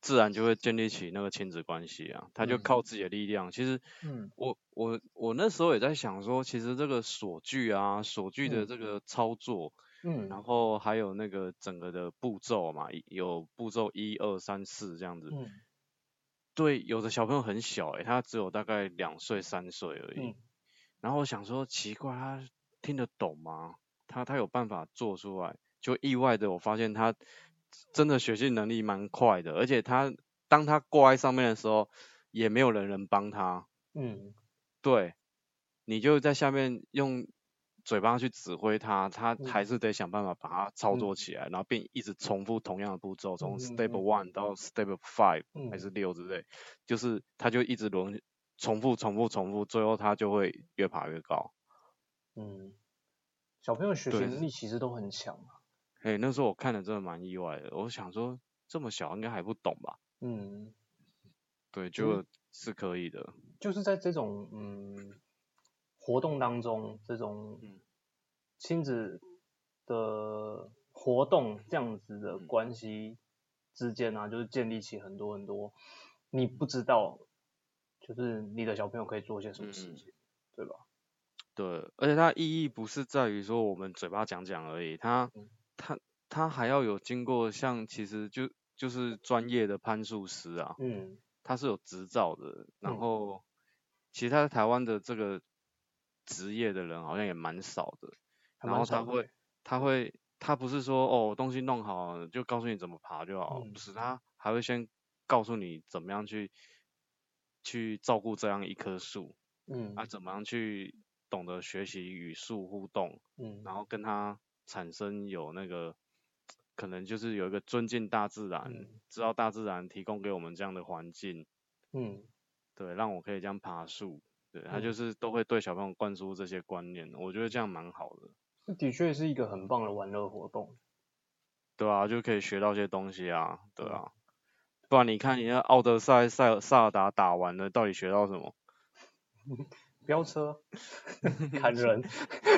[SPEAKER 1] 自然就会建立起那个亲子关系啊，他就
[SPEAKER 2] 嗯
[SPEAKER 1] 靠自己的力量，其实。
[SPEAKER 2] 嗯
[SPEAKER 1] 我我我那时候也在想说，其实这个锁具啊，锁具的
[SPEAKER 2] 嗯
[SPEAKER 1] 这个操作，然
[SPEAKER 2] 嗯
[SPEAKER 1] 后还有那个整个的步骤嘛，一有步骤一二三四这样子。
[SPEAKER 2] 嗯
[SPEAKER 1] 对，有的小朋友很小诶、欸他只有大概两岁三岁而已。
[SPEAKER 2] 嗯
[SPEAKER 1] 然后我想说，奇怪，他听得懂吗？他他有办法做出来？就意外的，我发现他真的学习能力蛮快的，而且他当他挂在上面的时候，也没有人能帮他。
[SPEAKER 2] 嗯
[SPEAKER 1] 对，你就在下面用嘴巴去指挥他，他还
[SPEAKER 2] 嗯
[SPEAKER 1] 是得想办法把它操作
[SPEAKER 2] 嗯
[SPEAKER 1] 起来，然后并一直重复同样的步骤，从
[SPEAKER 2] 嗯嗯
[SPEAKER 1] step
[SPEAKER 2] 嗯
[SPEAKER 1] one 到 step five
[SPEAKER 2] 嗯，
[SPEAKER 1] 还是六之类，就是他就一直轮重复、重复、重复，最后他就会越爬越高。
[SPEAKER 2] 嗯，小朋友学习
[SPEAKER 1] 对
[SPEAKER 2] 能力其实都很强啊。
[SPEAKER 1] 哎，那时候我看了真的蛮意外的，我想说这么小应该还不懂吧？
[SPEAKER 2] 嗯，
[SPEAKER 1] 对，就是可以的。
[SPEAKER 2] 就是在这种嗯活动当中，这种
[SPEAKER 1] 嗯
[SPEAKER 2] 亲子的活动这样子的
[SPEAKER 1] 嗯
[SPEAKER 2] 关系之间啊，就是建立起很多很多你不知道，就是你的小朋友可以做些什么事
[SPEAKER 1] 嗯
[SPEAKER 2] 情，对吧？
[SPEAKER 1] 对，而且它意义不是在于说我们嘴巴讲讲而已，它
[SPEAKER 2] 嗯
[SPEAKER 1] 它它还要有经过像其实就就是专业的攀树师啊，
[SPEAKER 2] 嗯
[SPEAKER 1] 他是有执照的，然
[SPEAKER 2] 嗯
[SPEAKER 1] 后其实他在台湾的这个职业的人好像也蛮少的，
[SPEAKER 2] 还
[SPEAKER 1] 然
[SPEAKER 2] 蛮
[SPEAKER 1] 后
[SPEAKER 2] 少
[SPEAKER 1] 他
[SPEAKER 2] 的
[SPEAKER 1] 会他会他不是说哦东西弄好了就告诉你怎么爬就好，
[SPEAKER 2] 嗯
[SPEAKER 1] 不是他还会先告诉你怎么样去去照顾这样一棵树，
[SPEAKER 2] 嗯
[SPEAKER 1] 啊怎么样去懂得学习与树互动，
[SPEAKER 2] 嗯
[SPEAKER 1] 然后跟它产生有那个，可能就是有一个尊敬大自然，
[SPEAKER 2] 嗯
[SPEAKER 1] 知道大自然提供给我们这样的环境，
[SPEAKER 2] 嗯
[SPEAKER 1] 对，让我可以这样爬树，对，他就
[SPEAKER 2] 嗯
[SPEAKER 1] 是都会对小朋友灌输这些观念，我觉得这样蛮好的，
[SPEAKER 2] 这的确是一个很棒的玩乐活动。
[SPEAKER 1] 对啊，就可以学到一些东西啊，对
[SPEAKER 2] 嗯
[SPEAKER 1] 啊，不然你看人家奥德赛、塞尔萨尔达打完了，到底学到什么？
[SPEAKER 2] 飙车， 砍人，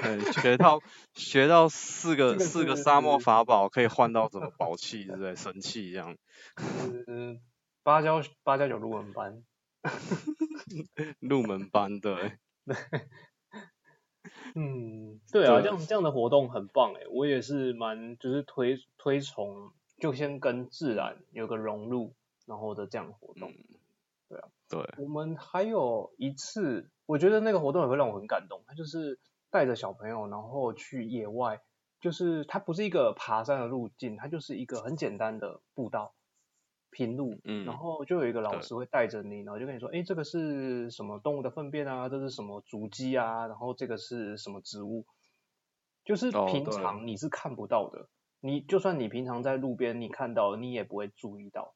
[SPEAKER 1] 嗯，学到学到四
[SPEAKER 2] 这
[SPEAKER 1] 个
[SPEAKER 2] 个
[SPEAKER 1] 四个
[SPEAKER 2] 是
[SPEAKER 1] 沙漠法宝可以换到什么宝器之类神器这样。
[SPEAKER 2] 嗯，芭蕉芭蕉九入门班，
[SPEAKER 1] 入门班 对，
[SPEAKER 2] 嗯，对啊，
[SPEAKER 1] 对
[SPEAKER 2] 这样这样的活动很棒诶，我也是蛮就是推推崇，就先跟自然有个融入，然后的这样的活动。
[SPEAKER 1] 嗯
[SPEAKER 2] 啊
[SPEAKER 1] 对，
[SPEAKER 2] 我们还有一次，我觉得那个活动也会让我很感动。他就是带着小朋友，然后去野外，就是它不是一个爬山的路径，它就是一个很简单的步道、平路。
[SPEAKER 1] 嗯
[SPEAKER 2] 然后就有一个老
[SPEAKER 1] 对
[SPEAKER 2] 师会带着你，然后就跟你说，哎，这个是什么动物的粪便啊，这是什么足迹啊，然后这个是什么植物，就是
[SPEAKER 1] 哦
[SPEAKER 2] 平
[SPEAKER 1] 对
[SPEAKER 2] 常你是看不到的。你就算你平常在路边你看到，你也不会注意到。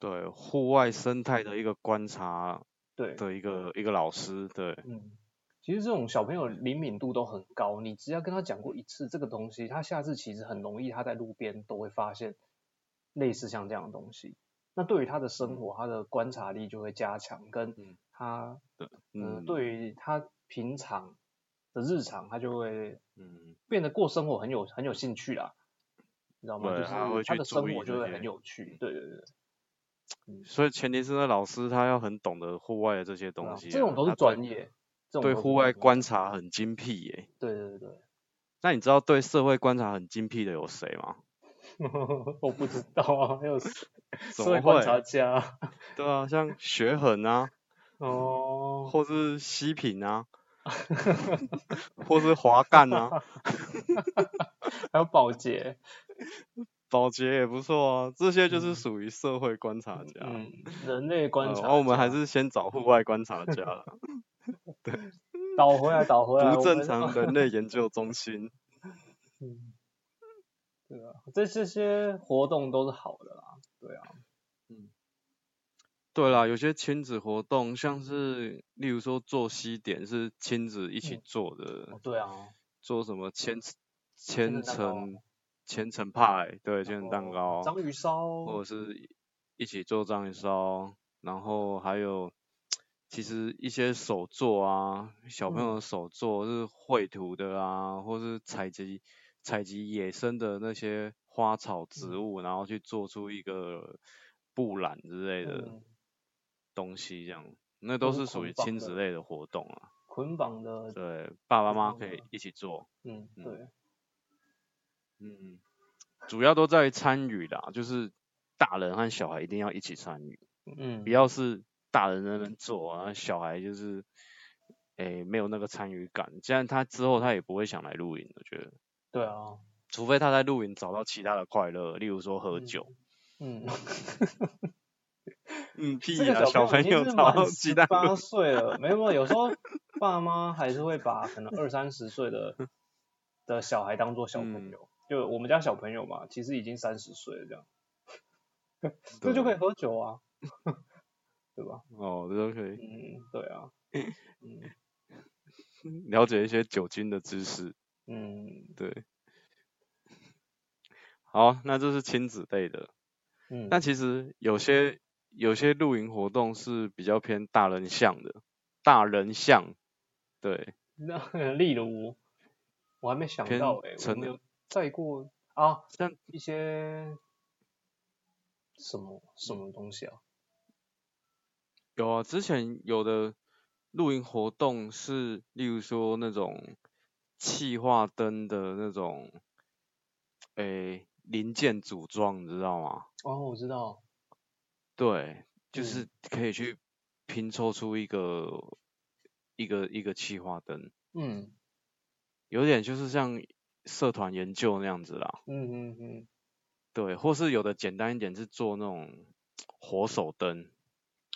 [SPEAKER 1] 对，户外生态的一个观察
[SPEAKER 2] 对，
[SPEAKER 1] 的一个一个老师，对，
[SPEAKER 2] 嗯，其实这种小朋友灵敏度都很高，你只要跟他讲过一次这个东西，他下次其实很容易他在路边都会发现类似像这样的东西。那对于他的生活，他的观察力就会加强，跟
[SPEAKER 1] 嗯
[SPEAKER 2] 他呃
[SPEAKER 1] 嗯，，
[SPEAKER 2] 对于他平常的日常，他就会
[SPEAKER 1] 嗯，
[SPEAKER 2] 变得过生活很有很有兴趣啦，你知道吗？
[SPEAKER 1] 对
[SPEAKER 2] 就
[SPEAKER 1] 他会
[SPEAKER 2] 是他
[SPEAKER 1] 去
[SPEAKER 2] 的
[SPEAKER 1] 注
[SPEAKER 2] 生
[SPEAKER 1] 意
[SPEAKER 2] 活
[SPEAKER 1] 这
[SPEAKER 2] 就会
[SPEAKER 1] 些
[SPEAKER 2] 很有趣，对对对。
[SPEAKER 1] 所以前提是那老师他要很懂得户外的这些
[SPEAKER 2] 对啊
[SPEAKER 1] 东西啊、
[SPEAKER 2] 这种都
[SPEAKER 1] 他
[SPEAKER 2] 是
[SPEAKER 1] 对
[SPEAKER 2] 专业，这种
[SPEAKER 1] 对
[SPEAKER 2] 都是
[SPEAKER 1] 户外
[SPEAKER 2] 专业，
[SPEAKER 1] 观察很精辟耶、
[SPEAKER 2] 对对对对。
[SPEAKER 1] 那你知道对社会观察很精辟的有谁吗？
[SPEAKER 2] 我不知道啊，还 有社
[SPEAKER 1] 怎
[SPEAKER 2] 会
[SPEAKER 1] 么
[SPEAKER 2] 观
[SPEAKER 1] 会？
[SPEAKER 2] 察家
[SPEAKER 1] 对啊，像学恒啊，
[SPEAKER 2] 哦，
[SPEAKER 1] 或是西品 啊，或是华干啊，
[SPEAKER 2] 还有保洁，
[SPEAKER 1] 保洁也不错啊，这些就是
[SPEAKER 2] 嗯
[SPEAKER 1] 属于社会观察家。
[SPEAKER 2] 嗯，人类观
[SPEAKER 1] 啊呃
[SPEAKER 2] 察家。
[SPEAKER 1] 然后我们还是先找户外观察家 啦，
[SPEAKER 2] 倒回来，倒回来，
[SPEAKER 1] 不
[SPEAKER 2] 我
[SPEAKER 1] 正
[SPEAKER 2] 们
[SPEAKER 1] 常人类研究中心。
[SPEAKER 2] 嗯，对啊，这这些活动都是好的啦，对啊，
[SPEAKER 1] 对啦，有些亲子活动，像是例如说做西点是亲子一起
[SPEAKER 2] 嗯
[SPEAKER 1] 做的，
[SPEAKER 2] 哦对啊，
[SPEAKER 1] 做什么千层千
[SPEAKER 2] 层蛋糕
[SPEAKER 1] 层千层派，对，千层蛋
[SPEAKER 2] 哦
[SPEAKER 1] 糕，
[SPEAKER 2] 章鱼烧，
[SPEAKER 1] 或者是一起做章鱼烧，然后还有其实一些手作啊，小朋友的手作是绘图的啊，或是采集采集野生的那些花草植物，然后去做出一个布篮之类的
[SPEAKER 2] 嗯
[SPEAKER 1] 东西，这样、那都
[SPEAKER 2] 都是
[SPEAKER 1] 是属
[SPEAKER 2] 捆
[SPEAKER 1] 于
[SPEAKER 2] 绑
[SPEAKER 1] 亲
[SPEAKER 2] 的
[SPEAKER 1] 子类的活动啊。
[SPEAKER 2] 捆绑的，
[SPEAKER 1] 对，爸爸
[SPEAKER 2] 不
[SPEAKER 1] 妈妈
[SPEAKER 2] 同
[SPEAKER 1] 可以
[SPEAKER 2] 的
[SPEAKER 1] 一起做。
[SPEAKER 2] 嗯，
[SPEAKER 1] 嗯
[SPEAKER 2] 对，
[SPEAKER 1] 嗯，主要都在于参与啦，就是大人和小孩一定要一起参与。
[SPEAKER 2] 嗯
[SPEAKER 1] 不，要是大人能做啊，小孩就是诶、没有那个参与感，这样他之后他也不会想来露营，我觉得，
[SPEAKER 2] 对啊，
[SPEAKER 1] 除非他在露营找到其他的快乐，例如说喝
[SPEAKER 2] 嗯
[SPEAKER 1] 酒，
[SPEAKER 2] 嗯，
[SPEAKER 1] 嗯屁
[SPEAKER 2] 这
[SPEAKER 1] 呀、
[SPEAKER 2] 个
[SPEAKER 1] 小朋
[SPEAKER 2] 已经
[SPEAKER 1] 友
[SPEAKER 2] 是
[SPEAKER 1] 找
[SPEAKER 2] 满
[SPEAKER 1] 到其
[SPEAKER 2] 十
[SPEAKER 1] 他
[SPEAKER 2] 八岁了，没有没有，有时候爸妈还是会把可能二三十 岁的的小孩当做小朋
[SPEAKER 1] 嗯
[SPEAKER 2] 友，就我们家小朋友嘛，其实已经三十岁了这样，这就可以
[SPEAKER 1] 对
[SPEAKER 2] 喝酒啊， 对吧？
[SPEAKER 1] 哦，这都可以
[SPEAKER 2] 嗯，对啊，嗯
[SPEAKER 1] 了解一些酒精的知识，
[SPEAKER 2] 嗯
[SPEAKER 1] 对。好，那这是亲子类的。
[SPEAKER 2] 嗯，
[SPEAKER 1] 那其实有些有些露营活动是比较偏大人向的，大人向，对，
[SPEAKER 2] 那例如我还没想
[SPEAKER 1] 偏
[SPEAKER 2] 到诶、我
[SPEAKER 1] 成
[SPEAKER 2] 们有带过啊
[SPEAKER 1] 像
[SPEAKER 2] 一些什么什
[SPEAKER 1] 嗯
[SPEAKER 2] 么东西啊？
[SPEAKER 1] 有啊，之前有的露营活动是，例如说那种气化灯的那种，诶、零件组装，你知道吗？
[SPEAKER 2] 哦，我知道，
[SPEAKER 1] 对，就
[SPEAKER 2] 嗯
[SPEAKER 1] 是可以去拼凑出一个一个一个气化灯，
[SPEAKER 2] 嗯
[SPEAKER 1] 有点就是像社团研究那样子啦。
[SPEAKER 2] 嗯嗯嗯，
[SPEAKER 1] 对，或是有的简单一点是做那种活手灯，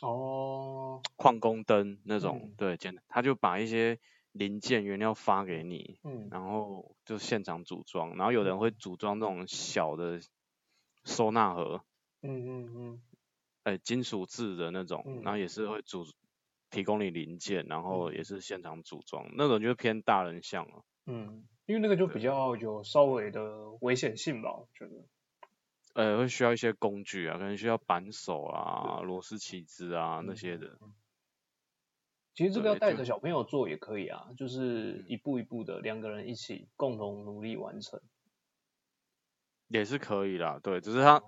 [SPEAKER 2] 哦。
[SPEAKER 1] 矿工灯那种，
[SPEAKER 2] 嗯
[SPEAKER 1] 对，简单，他就把一些零件原料发给你，
[SPEAKER 2] 嗯
[SPEAKER 1] 然后就现场组装，然后有人会组装那种小的收纳盒，
[SPEAKER 2] 嗯嗯
[SPEAKER 1] 呃，金属制的那种，然后也是会组提供你零件，然后也是现场组装，那种就偏大人向了。
[SPEAKER 2] 嗯嗯，因为那个就比较有稍微的危险性吧，我觉得。
[SPEAKER 1] 呃，会需要一些工具啊，可能需要扳手啊、螺丝起子啊那些的。
[SPEAKER 2] 其实这个要
[SPEAKER 1] 对
[SPEAKER 2] 带
[SPEAKER 1] 就嗯
[SPEAKER 2] 着小朋友做也可以啊，就是一步一步的两个人一起共同努力完成。
[SPEAKER 1] 也是可以啦，对，只是他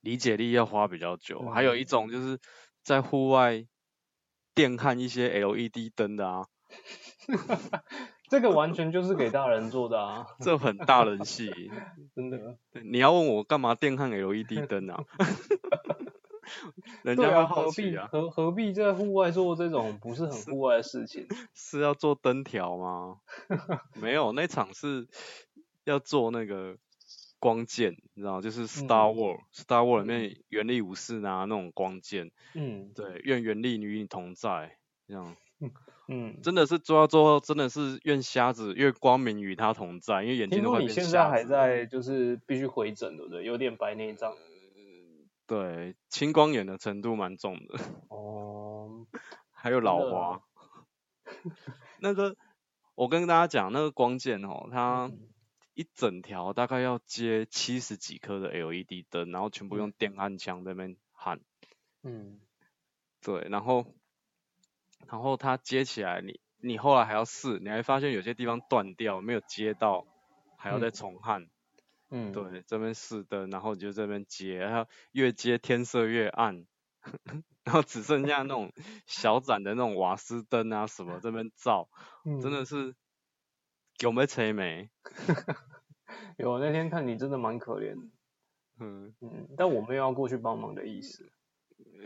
[SPEAKER 1] 理解力要花比较久。还有一种就是在户外电焊一些 LED 灯的啊，
[SPEAKER 2] 这个完全就是给大人做的啊，
[SPEAKER 1] 这很大人戏。
[SPEAKER 2] 真的。
[SPEAKER 1] 对你要问我干嘛电焊 LED 灯 啊？ 人
[SPEAKER 2] 对
[SPEAKER 1] 家会
[SPEAKER 2] 啊，
[SPEAKER 1] 好
[SPEAKER 2] 何
[SPEAKER 1] 奇
[SPEAKER 2] 必
[SPEAKER 1] 啊，
[SPEAKER 2] 何何必在户外做这种不是很户外的事情？
[SPEAKER 1] 是要做灯条 吗？没有，那场是要做那个光剑，你知道，就是
[SPEAKER 2] 嗯
[SPEAKER 1] Star War，Star、War 里
[SPEAKER 2] 嗯
[SPEAKER 1] 面原力武士拿那种光剑，
[SPEAKER 2] 嗯
[SPEAKER 1] 对，愿原力与你同在，这样。
[SPEAKER 2] 嗯，
[SPEAKER 1] 真的是做到最后，真的是愿瞎子，愿光明与他同在，因为眼睛
[SPEAKER 2] 听
[SPEAKER 1] 都
[SPEAKER 2] 说
[SPEAKER 1] 快
[SPEAKER 2] 你
[SPEAKER 1] 变
[SPEAKER 2] 现在
[SPEAKER 1] 瞎
[SPEAKER 2] 还
[SPEAKER 1] 子。
[SPEAKER 2] 在就是必须回诊，对不对？有点白内障。
[SPEAKER 1] 对，青光眼的程度蛮重的，
[SPEAKER 2] 哦，
[SPEAKER 1] 还有
[SPEAKER 2] 真
[SPEAKER 1] 老
[SPEAKER 2] 的
[SPEAKER 1] 花。 那个，我跟大家讲，那个光剑哦，它
[SPEAKER 2] 嗯
[SPEAKER 1] 一整条大概要接七十几颗的 LED 灯，然后全部用
[SPEAKER 2] 嗯
[SPEAKER 1] 电焊枪在那边焊。
[SPEAKER 2] 嗯，
[SPEAKER 1] 对，然后，然后它接起来，你你后来还要试，你还发现有些地方断掉，没有接到，还要再
[SPEAKER 2] 嗯
[SPEAKER 1] 重焊。
[SPEAKER 2] 嗯，
[SPEAKER 1] 对，这边试灯，然后你就这边接，然后越接天色越暗， 然后只剩下那种小盏的那种瓦斯灯啊什 么这边照，
[SPEAKER 2] 嗯，
[SPEAKER 1] 真的是有没吹没？
[SPEAKER 2] 有那天看你真的蛮可怜的，
[SPEAKER 1] 嗯，
[SPEAKER 2] 嗯，但我没有要过去帮忙的意思。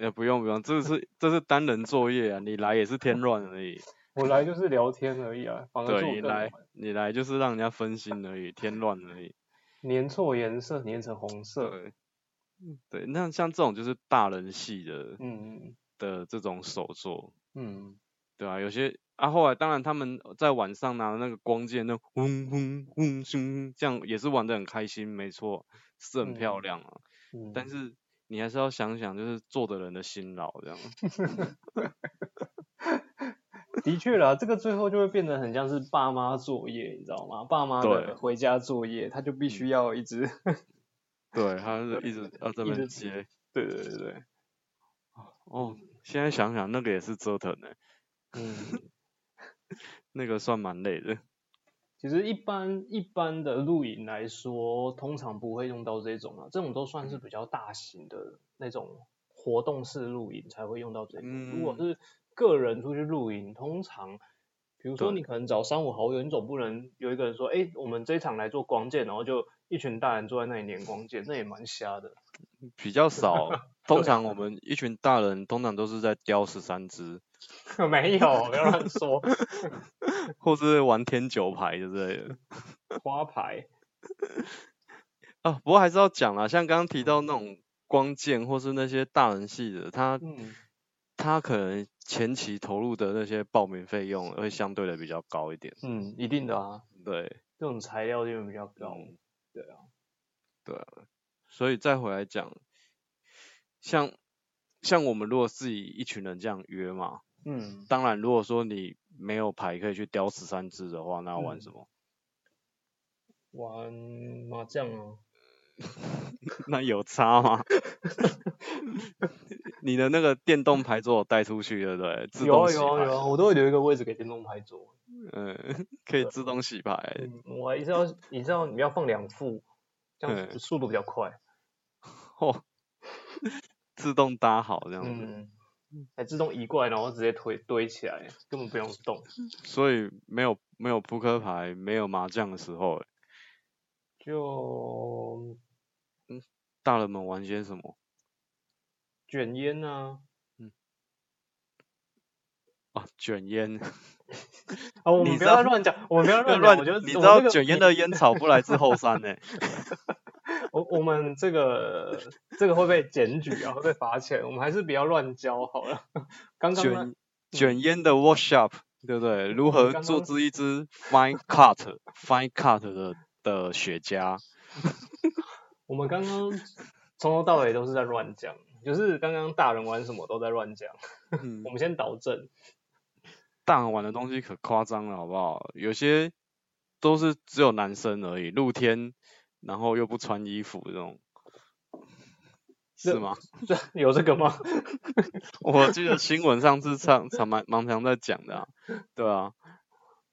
[SPEAKER 1] 也呃不用不用，这是这是单人作业啊，你来也是添乱而已，
[SPEAKER 2] 我来就是聊天而已啊，反而是
[SPEAKER 1] 对，
[SPEAKER 2] 我
[SPEAKER 1] 你
[SPEAKER 2] 更
[SPEAKER 1] 来
[SPEAKER 2] 晚
[SPEAKER 1] 你来就是让人家分心而已，添乱而已，
[SPEAKER 2] 粘错颜色，粘成红色。
[SPEAKER 1] 对。对，那像这种就是大人系的
[SPEAKER 2] 嗯
[SPEAKER 1] 的这种手作，
[SPEAKER 2] 嗯
[SPEAKER 1] 对啊，有些啊，后来当然他们在晚上拿那个光剑，那嗡嗡嗡咻，这样也是玩得很开心，没错，是很漂
[SPEAKER 2] 嗯
[SPEAKER 1] 亮啊。
[SPEAKER 2] 嗯，
[SPEAKER 1] 但是你还是要想想，就是做的人的辛劳这样。
[SPEAKER 2] 的确啦，这个最后就会变得很像是爸妈作业，你知道吗？爸妈
[SPEAKER 1] 对嗯
[SPEAKER 2] 的回家作业，他就必须要一直，
[SPEAKER 1] 对，他是一直要这
[SPEAKER 2] 一
[SPEAKER 1] 边
[SPEAKER 2] 直
[SPEAKER 1] 接。
[SPEAKER 2] 对对对对，
[SPEAKER 1] 哦，现在想想那个也是折腾的、
[SPEAKER 2] 嗯。
[SPEAKER 1] 那个算蛮累的。
[SPEAKER 2] 其实一般一般的露营来说，通常不会用到这种啊，这种都算是
[SPEAKER 1] 嗯
[SPEAKER 2] 比较大型的那种活动式露营才会用到这种。如果
[SPEAKER 1] 嗯
[SPEAKER 2] 是个人出去露营，通常比如说
[SPEAKER 1] 对
[SPEAKER 2] 你可能找三五好友，你总不能有一个人说，哎，我们这一场来做光剑，然后就一群大人坐在那里连光剑，那也蛮瞎的。
[SPEAKER 1] 比较 少。
[SPEAKER 2] 啊
[SPEAKER 1] 通常我们一群大人通常都是在叼十三只，
[SPEAKER 2] 没有，不要乱说，
[SPEAKER 1] 或是玩天九牌之类的。
[SPEAKER 2] 花牌，
[SPEAKER 1] 啊，不过还是要讲啦，像刚刚提到那种光剑或是那些大人系的，他
[SPEAKER 2] 嗯，
[SPEAKER 1] 他可能前期投入的那些报名费用会相对的比较高一点，
[SPEAKER 2] 嗯，一定的啊，
[SPEAKER 1] 对，
[SPEAKER 2] 这种材料就比较高。
[SPEAKER 1] 嗯
[SPEAKER 2] 对啊，
[SPEAKER 1] 对啊，所以再回来讲，像像我们如果自己一群人这样约嘛，
[SPEAKER 2] 嗯，
[SPEAKER 1] 当然如果说你没有牌可以去叼十三只的话，那要玩什
[SPEAKER 2] 嗯
[SPEAKER 1] 么？
[SPEAKER 2] 玩麻将啊。
[SPEAKER 1] 那有差吗？ 你的那个电动牌桌有带出去，对不对？自
[SPEAKER 2] 有
[SPEAKER 1] 动
[SPEAKER 2] 啊
[SPEAKER 1] 洗
[SPEAKER 2] 有啊
[SPEAKER 1] 牌
[SPEAKER 2] 有啊，我都会留一个位置给电动牌坐。
[SPEAKER 1] 嗯，可以
[SPEAKER 2] 对
[SPEAKER 1] 自动洗牌。
[SPEAKER 2] 嗯，我还是要，你知道你要放两副，这样
[SPEAKER 1] 嗯
[SPEAKER 2] 子速度比较快。
[SPEAKER 1] 哦，自动搭好这样子，
[SPEAKER 2] 嗯，还自动移过来，然后直接推堆起来，根本不用动。
[SPEAKER 1] 所以没有没有扑克牌，没有麻将的时候，
[SPEAKER 2] 就
[SPEAKER 1] 大人们玩些什么？
[SPEAKER 2] 卷烟啊，
[SPEAKER 1] 啊，卷烟，
[SPEAKER 2] 啊，我
[SPEAKER 1] 你
[SPEAKER 2] 们
[SPEAKER 1] 知
[SPEAKER 2] 不
[SPEAKER 1] 道
[SPEAKER 2] 要再乱讲，我们不要 乱讲，我觉得
[SPEAKER 1] 你
[SPEAKER 2] 我
[SPEAKER 1] 知
[SPEAKER 2] 们
[SPEAKER 1] 道
[SPEAKER 2] 这个
[SPEAKER 1] 卷烟
[SPEAKER 2] 你
[SPEAKER 1] 的烟草不来自后山呢、
[SPEAKER 2] 我我们这个这个会被检举啊，会被罚钱，我们还是不要乱教好了。刚刚那嗯
[SPEAKER 1] 卷卷烟的 workshop，对不对？如何
[SPEAKER 2] 刚
[SPEAKER 1] 做
[SPEAKER 2] 刚
[SPEAKER 1] 出一支 fine cut fine cut 的的雪 茄？
[SPEAKER 2] 我们刚刚从头到尾都是在乱讲，就是刚刚大人玩什么都在乱讲。
[SPEAKER 1] 嗯
[SPEAKER 2] 我，们先导正，
[SPEAKER 1] 大人玩的东西可夸张了，好不好？有些都是只有男生而已，露天然后又不穿衣服这 种，
[SPEAKER 2] 那
[SPEAKER 1] 是吗？
[SPEAKER 2] 这有这个吗？
[SPEAKER 1] 我记得新闻上次常常蛮蛮常在讲的、啊，对啊，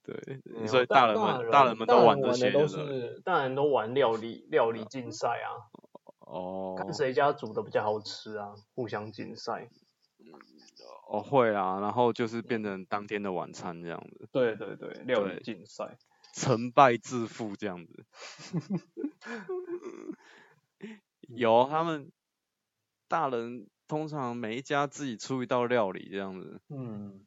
[SPEAKER 1] 对，所以大人们
[SPEAKER 2] 大
[SPEAKER 1] 人们都玩
[SPEAKER 2] 的
[SPEAKER 1] 这些
[SPEAKER 2] 都
[SPEAKER 1] 的，对
[SPEAKER 2] 是大人都玩料理料理竞赛啊，
[SPEAKER 1] 哦
[SPEAKER 2] 看谁家煮的比较好吃啊，互相竞赛。
[SPEAKER 1] 哦会啊，然后就是变成当天的晚餐这样子，
[SPEAKER 2] 对对对，料理
[SPEAKER 1] 对
[SPEAKER 2] 竞赛。
[SPEAKER 1] 成败自负这样子。 有他们大人通常每一家自己出一道料理这样子，
[SPEAKER 2] 嗯，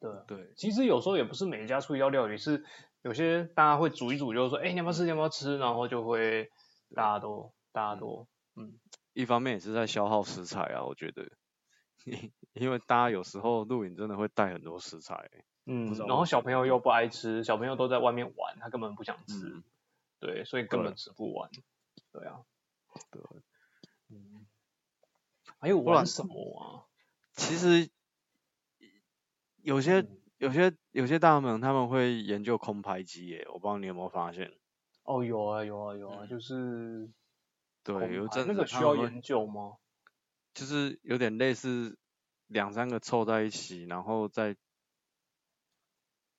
[SPEAKER 2] 对啊。
[SPEAKER 1] 对，
[SPEAKER 2] 其实有时候也不是每一家出一道料理，是有些大家会煮一煮，就是说，哎、你要不要吃？你要不要吃？然后就会大家都大家都
[SPEAKER 1] 一方面也是在消耗食材啊，我觉得， 因为大家有时候露营真的会带很多食材欸、
[SPEAKER 2] 嗯
[SPEAKER 1] 知，道
[SPEAKER 2] 然后
[SPEAKER 1] 为什
[SPEAKER 2] 小朋友又不爱吃，小朋友都在外面玩，他根本不想吃，
[SPEAKER 1] 嗯，
[SPEAKER 2] 对，所以根
[SPEAKER 1] 对
[SPEAKER 2] 本吃不完。对啊，
[SPEAKER 1] 对。
[SPEAKER 2] 嗯，还有
[SPEAKER 1] 不然
[SPEAKER 2] 玩什么啊？
[SPEAKER 1] 其实有些
[SPEAKER 2] 嗯
[SPEAKER 1] 有些有些大门他们会研究空拍机耶，我不知道你有没有发现。
[SPEAKER 2] 哦，有啊，有啊，有啊，就是空
[SPEAKER 1] 嗯对，有一
[SPEAKER 2] 拍
[SPEAKER 1] 阵
[SPEAKER 2] 那
[SPEAKER 1] 子
[SPEAKER 2] 个
[SPEAKER 1] 他
[SPEAKER 2] 需要
[SPEAKER 1] 们会
[SPEAKER 2] 研究吗？
[SPEAKER 1] 就是有点类似两三个凑在一起，然后再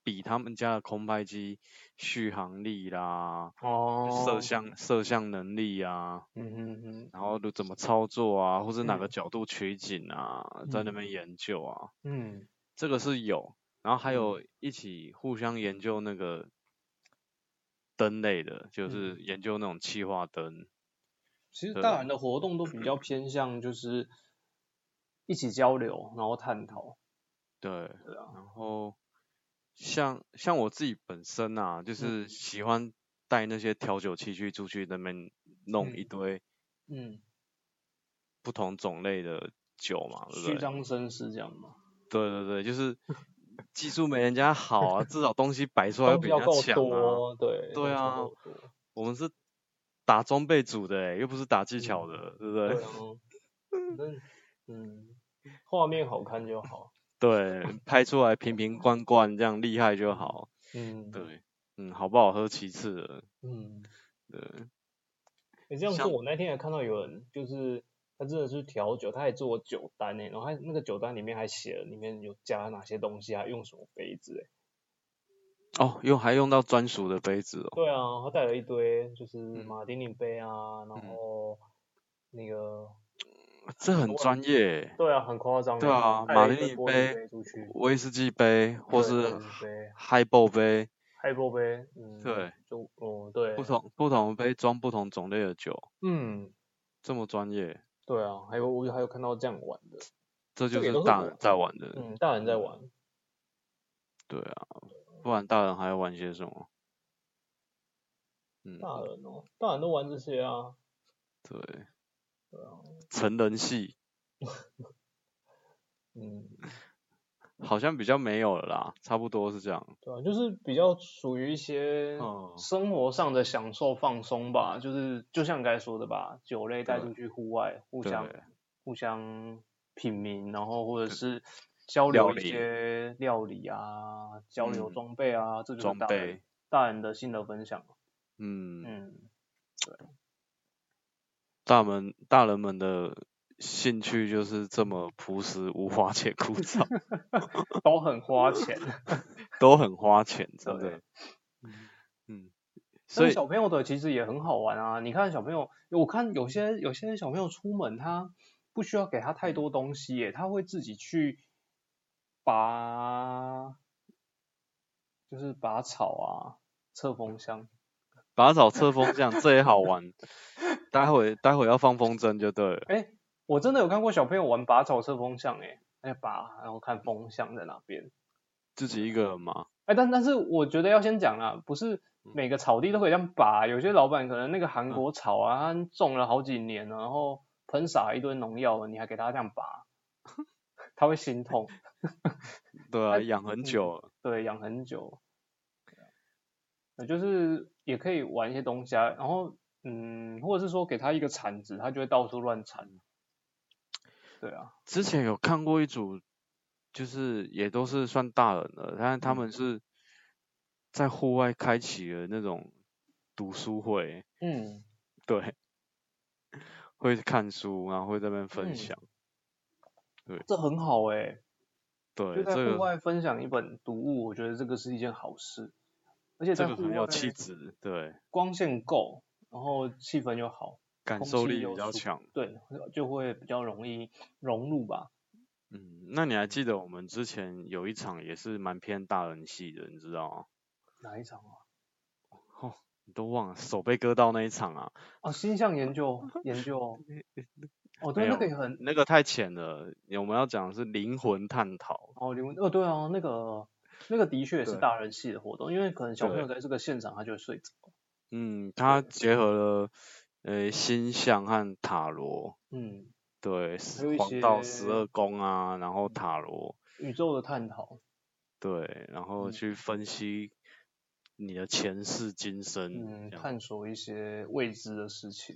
[SPEAKER 1] 比他们家的空拍机续航力啦、
[SPEAKER 2] 哦，
[SPEAKER 1] 摄像摄像能力啊，
[SPEAKER 2] 嗯嗯嗯
[SPEAKER 1] 然后都怎么操作啊，或是哪个
[SPEAKER 2] 嗯
[SPEAKER 1] 角度取景啊，在那
[SPEAKER 2] 嗯
[SPEAKER 1] 边研究啊，
[SPEAKER 2] 嗯，
[SPEAKER 1] 这个是有，然后还有一起互相研究那个灯类的，
[SPEAKER 2] 嗯
[SPEAKER 1] 就是研究那种气化灯。
[SPEAKER 2] 其实
[SPEAKER 1] 对
[SPEAKER 2] 大人的活动都比较偏向就是一起交流，然后探讨，
[SPEAKER 1] 对，
[SPEAKER 2] 对啊，
[SPEAKER 1] 然后像像我自己本身啊，
[SPEAKER 2] 嗯
[SPEAKER 1] 就是喜欢带那些调酒器具出去那边弄一
[SPEAKER 2] 嗯
[SPEAKER 1] 堆
[SPEAKER 2] 嗯，
[SPEAKER 1] 不同种类的酒嘛，嗯对不
[SPEAKER 2] 虚
[SPEAKER 1] 对？
[SPEAKER 2] 张声势这样嘛，
[SPEAKER 1] 对对对，就是 技术没人家好啊，至少东西摆出来
[SPEAKER 2] 东
[SPEAKER 1] 会
[SPEAKER 2] 西
[SPEAKER 1] 比
[SPEAKER 2] 要
[SPEAKER 1] 人
[SPEAKER 2] 够
[SPEAKER 1] 家强啊。
[SPEAKER 2] 多，对，
[SPEAKER 1] 对
[SPEAKER 2] 东西
[SPEAKER 1] 啊
[SPEAKER 2] 要够多
[SPEAKER 1] 我们是打装备组的、欸，又不是打技巧的，对不
[SPEAKER 2] 对
[SPEAKER 1] 对？
[SPEAKER 2] 啊，反正嗯，画面好看就好，
[SPEAKER 1] 对，拍出来瓶瓶罐罐这样厉害就好。
[SPEAKER 2] 嗯，，
[SPEAKER 1] 对，嗯，好不好喝其次了。
[SPEAKER 2] 嗯。
[SPEAKER 1] 对，
[SPEAKER 2] 你、这样
[SPEAKER 1] 像
[SPEAKER 2] 做，我那天还看到有人，就是他真的是调酒，他还做酒单欸呢，然后他那个酒单里面还写了里面有加哪些东西，还用什么杯子哎。
[SPEAKER 1] 哦，用还用到专属的杯子哦。
[SPEAKER 2] 对啊，他带了一堆，就是
[SPEAKER 1] 嗯
[SPEAKER 2] 马丁尼杯啊，然
[SPEAKER 1] 嗯
[SPEAKER 2] 后那个，
[SPEAKER 1] 这很专业欸，
[SPEAKER 2] 对啊，很夸张欸。
[SPEAKER 1] 对啊
[SPEAKER 2] 带
[SPEAKER 1] 马
[SPEAKER 2] 了
[SPEAKER 1] 丁
[SPEAKER 2] 一堆
[SPEAKER 1] 尼
[SPEAKER 2] 玻璃
[SPEAKER 1] 杯
[SPEAKER 2] 杯出去，
[SPEAKER 1] 威士忌杯或
[SPEAKER 2] 对
[SPEAKER 1] 是
[SPEAKER 2] 玻璃杯、
[SPEAKER 1] highball 杯，
[SPEAKER 2] 海波杯，嗯，
[SPEAKER 1] 对，
[SPEAKER 2] 就哦对，
[SPEAKER 1] 不同不同的杯装不同种类的酒，
[SPEAKER 2] 嗯，
[SPEAKER 1] 这么专业，
[SPEAKER 2] 对啊，还有我还有看到这样玩的，
[SPEAKER 1] 这
[SPEAKER 2] 这
[SPEAKER 1] 就
[SPEAKER 2] 个也
[SPEAKER 1] 是
[SPEAKER 2] 都是
[SPEAKER 1] 大
[SPEAKER 2] 我
[SPEAKER 1] 人在玩的。
[SPEAKER 2] 嗯，大人在玩，
[SPEAKER 1] 对啊，不然大人还要玩些什么？嗯，
[SPEAKER 2] 大人哦，大人都玩这些啊，
[SPEAKER 1] 对，
[SPEAKER 2] 对啊，
[SPEAKER 1] 成人戏
[SPEAKER 2] 嗯。
[SPEAKER 1] 好像比较没有了啦，差不多是这样。
[SPEAKER 2] 对啊，就是比较属于一些
[SPEAKER 1] 哦
[SPEAKER 2] 生活上的享受放松吧，就是就像你刚才说的吧，酒类带
[SPEAKER 1] 对
[SPEAKER 2] 出去户外，互相
[SPEAKER 1] 对
[SPEAKER 2] 互相品茗，然后或者是交流
[SPEAKER 1] 料
[SPEAKER 2] 一
[SPEAKER 1] 理
[SPEAKER 2] 些料理啊，交流
[SPEAKER 1] 嗯
[SPEAKER 2] 装备啊，这就是
[SPEAKER 1] 装
[SPEAKER 2] 大人
[SPEAKER 1] 备
[SPEAKER 2] 大人的心得分享。
[SPEAKER 1] 嗯，
[SPEAKER 2] 嗯，
[SPEAKER 1] 大门大人们的兴趣就是这么朴实无华且枯燥，
[SPEAKER 2] 都很花钱，
[SPEAKER 1] 都很花钱，真
[SPEAKER 2] 对
[SPEAKER 1] 的。嗯，所
[SPEAKER 2] 但
[SPEAKER 1] 以
[SPEAKER 2] 小朋友的其实也很好玩啊。你看小朋友，我看有些有些小朋友出门，他不需要给他太多东西耶，他会自己去拔，就是拔草啊，测风箱。
[SPEAKER 1] 拔草测风向这也好 玩，待会待会要放风筝就对了。
[SPEAKER 2] 哎，我真的有看过小朋友玩拔草测风向，哎，哎拔，然后看风向在哪边。
[SPEAKER 1] 自己一个人嘛，
[SPEAKER 2] 哎，但但是我觉得要先讲啦，
[SPEAKER 1] 嗯
[SPEAKER 2] 不是每个草地都可以这样拔，有些老板可能那个韩国草啊，他种了好几年了，然后喷洒一堆农药，你还给他这样 拔，他会心痛，
[SPEAKER 1] 对啊，
[SPEAKER 2] 那
[SPEAKER 1] 养很
[SPEAKER 2] 嗯
[SPEAKER 1] 久了，
[SPEAKER 2] 对，养很久。啊呃，就是也可以玩一些东西啊，然后嗯，或者是说给他一个铲子，他就会到处乱铲。对啊，
[SPEAKER 1] 之前有看过一组，就是也都是算大人了，但是他
[SPEAKER 2] 嗯
[SPEAKER 1] 们是在户外开启了那种读书会，
[SPEAKER 2] 嗯，
[SPEAKER 1] 对， 会看书，然后会在那边分
[SPEAKER 2] 嗯
[SPEAKER 1] 享。
[SPEAKER 2] 这很好哎、就
[SPEAKER 1] 对，
[SPEAKER 2] 在
[SPEAKER 1] 这
[SPEAKER 2] 户
[SPEAKER 1] 个
[SPEAKER 2] 外分享一本读物，我觉得这个是一件好事，而且
[SPEAKER 1] 这
[SPEAKER 2] 在
[SPEAKER 1] 个
[SPEAKER 2] 户
[SPEAKER 1] 很有
[SPEAKER 2] 外
[SPEAKER 1] 气质，对，
[SPEAKER 2] 光线够，然后气氛又好，
[SPEAKER 1] 感
[SPEAKER 2] 空
[SPEAKER 1] 受
[SPEAKER 2] 气
[SPEAKER 1] 力
[SPEAKER 2] 又
[SPEAKER 1] 比较
[SPEAKER 2] 舒
[SPEAKER 1] 强。
[SPEAKER 2] 对，就会比较容易融入吧。
[SPEAKER 1] 嗯，那你还记得我们之前有一场也是蛮偏大人系的，你知道吗？
[SPEAKER 2] 哪一场啊？
[SPEAKER 1] 你都忘了手被割到那一场啊？
[SPEAKER 2] 哦，星象 研究研究，
[SPEAKER 1] 没
[SPEAKER 2] 哦对，那个
[SPEAKER 1] 有
[SPEAKER 2] 也很
[SPEAKER 1] 那个太浅了，我们要讲的是灵魂探讨。
[SPEAKER 2] 哦，灵魂哦对啊，那个那个的确也是
[SPEAKER 1] 对
[SPEAKER 2] 大人系的活动，因为可能小朋友
[SPEAKER 1] 对
[SPEAKER 2] 在这个现场他就会睡着。
[SPEAKER 1] 嗯，它结合了呃星象和塔罗，
[SPEAKER 2] 嗯，
[SPEAKER 1] 对，
[SPEAKER 2] 有一
[SPEAKER 1] 黄道
[SPEAKER 2] 些
[SPEAKER 1] 十二宫啊，然后塔罗，
[SPEAKER 2] 宇宙的探讨，
[SPEAKER 1] 对，然后
[SPEAKER 2] 嗯
[SPEAKER 1] 去分析你的前世今生，
[SPEAKER 2] 嗯，
[SPEAKER 1] 这样
[SPEAKER 2] 探索一些未知的事情。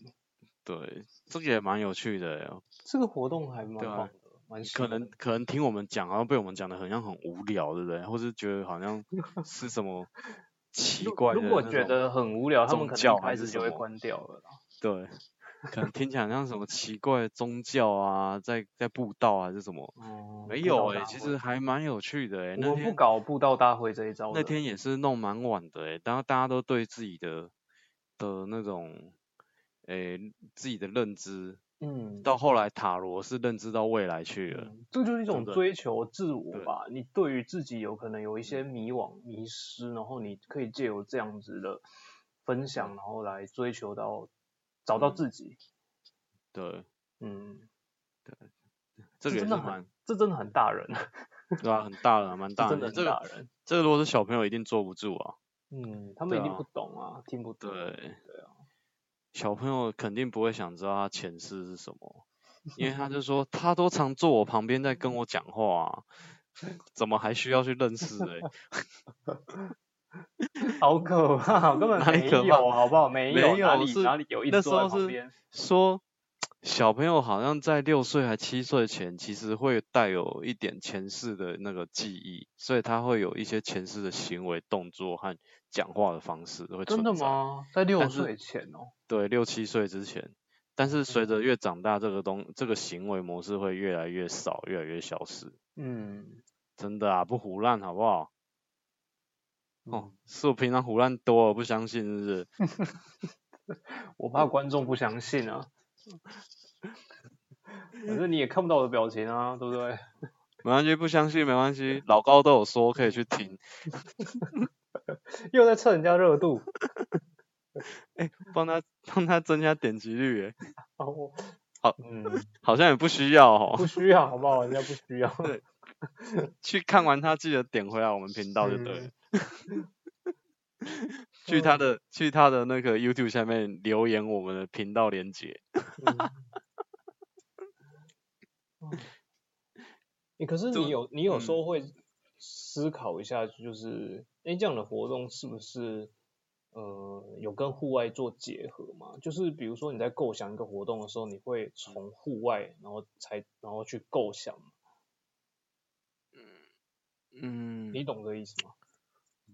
[SPEAKER 1] 对，这个也蛮有趣的耶。
[SPEAKER 2] 这个活动还蛮
[SPEAKER 1] 对啊
[SPEAKER 2] 棒的，蛮喜
[SPEAKER 1] 可
[SPEAKER 2] 欢
[SPEAKER 1] 能
[SPEAKER 2] 的
[SPEAKER 1] 可能听我们讲，然后被我们讲的好像很无聊，对不对？或是觉得好像是什么奇
[SPEAKER 2] 如
[SPEAKER 1] 怪的
[SPEAKER 2] 如果
[SPEAKER 1] 那
[SPEAKER 2] 觉
[SPEAKER 1] 种
[SPEAKER 2] 得很无聊，他们
[SPEAKER 1] 宗
[SPEAKER 2] 可能
[SPEAKER 1] 教
[SPEAKER 2] 一
[SPEAKER 1] 还
[SPEAKER 2] 开
[SPEAKER 1] 是
[SPEAKER 2] 始
[SPEAKER 1] 什
[SPEAKER 2] 就会
[SPEAKER 1] 么
[SPEAKER 2] 关掉了啦。
[SPEAKER 1] 对，可能听起来好像什么奇怪的宗教啊，在在布道啊还是什么。
[SPEAKER 2] 嗯，
[SPEAKER 1] 没
[SPEAKER 2] 布
[SPEAKER 1] 有
[SPEAKER 2] 道
[SPEAKER 1] 哎、
[SPEAKER 2] 大
[SPEAKER 1] 其
[SPEAKER 2] 会
[SPEAKER 1] 实还蛮有趣的哎、
[SPEAKER 2] 我
[SPEAKER 1] 那
[SPEAKER 2] 们不
[SPEAKER 1] 天
[SPEAKER 2] 搞布道大会这一招的。
[SPEAKER 1] 那天也是弄蛮晚的哎、然后大家都对自己的的那种哎、自己的认知，
[SPEAKER 2] 嗯，
[SPEAKER 1] 到后来塔罗是认知到未来去了。
[SPEAKER 2] 嗯这就是一种
[SPEAKER 1] 不对
[SPEAKER 2] 追求自我
[SPEAKER 1] 对嗯
[SPEAKER 2] 吧。你对于自己有可能有一些迷惘、迷失，然后你可以借由这样子的分享，然后来追求到找到
[SPEAKER 1] 嗯
[SPEAKER 2] 自己。
[SPEAKER 1] 对，
[SPEAKER 2] 嗯，
[SPEAKER 1] 这
[SPEAKER 2] 这
[SPEAKER 1] 个也
[SPEAKER 2] 真
[SPEAKER 1] 是
[SPEAKER 2] 的很
[SPEAKER 1] 蛮
[SPEAKER 2] 这真的很大人，
[SPEAKER 1] 对吧、很大了，蛮
[SPEAKER 2] 这
[SPEAKER 1] 大
[SPEAKER 2] 真
[SPEAKER 1] 的。
[SPEAKER 2] 的很
[SPEAKER 1] 这
[SPEAKER 2] 大
[SPEAKER 1] 个
[SPEAKER 2] 人。
[SPEAKER 1] 这个如果是小朋友一定坐不住啊。
[SPEAKER 2] 嗯，他们一
[SPEAKER 1] 对
[SPEAKER 2] 定
[SPEAKER 1] 啊
[SPEAKER 2] 不懂啊，听不懂。
[SPEAKER 1] 对，
[SPEAKER 2] 对啊，
[SPEAKER 1] 小朋友肯定不会想知道他前世是什么，因为他就说他都常坐我旁边在跟我讲话、啊，怎么还需要去认识、欸？
[SPEAKER 2] 好可怕，根本
[SPEAKER 1] 哪里
[SPEAKER 2] 没
[SPEAKER 1] 可怕
[SPEAKER 2] 有，好不好？没
[SPEAKER 1] 没
[SPEAKER 2] 有，哪
[SPEAKER 1] 有
[SPEAKER 2] 里
[SPEAKER 1] 是
[SPEAKER 2] 哪里有一
[SPEAKER 1] 那
[SPEAKER 2] 直坐
[SPEAKER 1] 时候
[SPEAKER 2] 在旁
[SPEAKER 1] 是
[SPEAKER 2] 边。
[SPEAKER 1] 说小朋友好像在六岁还七岁前，其实会带有一点前世的那个记忆，所以他会有一些前世的行为、动作和讲话的方式会存在。
[SPEAKER 2] 真的？吗？在六
[SPEAKER 1] 但是
[SPEAKER 2] 岁前哦。
[SPEAKER 1] 对，六七岁之前。但是随
[SPEAKER 2] 嗯
[SPEAKER 1] 着越长大，这个东这个行为模式会越来越少，越来越消失。
[SPEAKER 2] 嗯，
[SPEAKER 1] 真的啊，不胡乱好不好？哦
[SPEAKER 2] 嗯，，
[SPEAKER 1] 是我平常胡乱多了，不相信是不是？
[SPEAKER 2] 我
[SPEAKER 1] 嗯
[SPEAKER 2] 怕观众不相信啊。反正你也看不到我的表情啊，对不对？
[SPEAKER 1] 没关系，不相信没关系，老高都有说可以去听。
[SPEAKER 2] 又在蹭人家热度，
[SPEAKER 1] 帮他帮他增加点击率耶，
[SPEAKER 2] 然后
[SPEAKER 1] 好，
[SPEAKER 2] 啊嗯，
[SPEAKER 1] 好像也不需要哦。
[SPEAKER 2] 不需要，好不好？人家不需要。
[SPEAKER 1] 对去看完他记得点回来我们频道就对了。去他的去他的那个 YouTube 下面留言我们的频道连接。
[SPEAKER 2] 嗯
[SPEAKER 1] 哦
[SPEAKER 2] 嗯欸可是
[SPEAKER 1] 就
[SPEAKER 2] 你有你有时
[SPEAKER 1] 嗯
[SPEAKER 2] 候会思考一下，就是哎、诶这样的活动是不是呃有跟户外做结合嘛？就是比如说你在构想一个活动的时候，你会从户外然后才然后去构想嘛，
[SPEAKER 1] 嗯，
[SPEAKER 2] 你懂这个意思吗？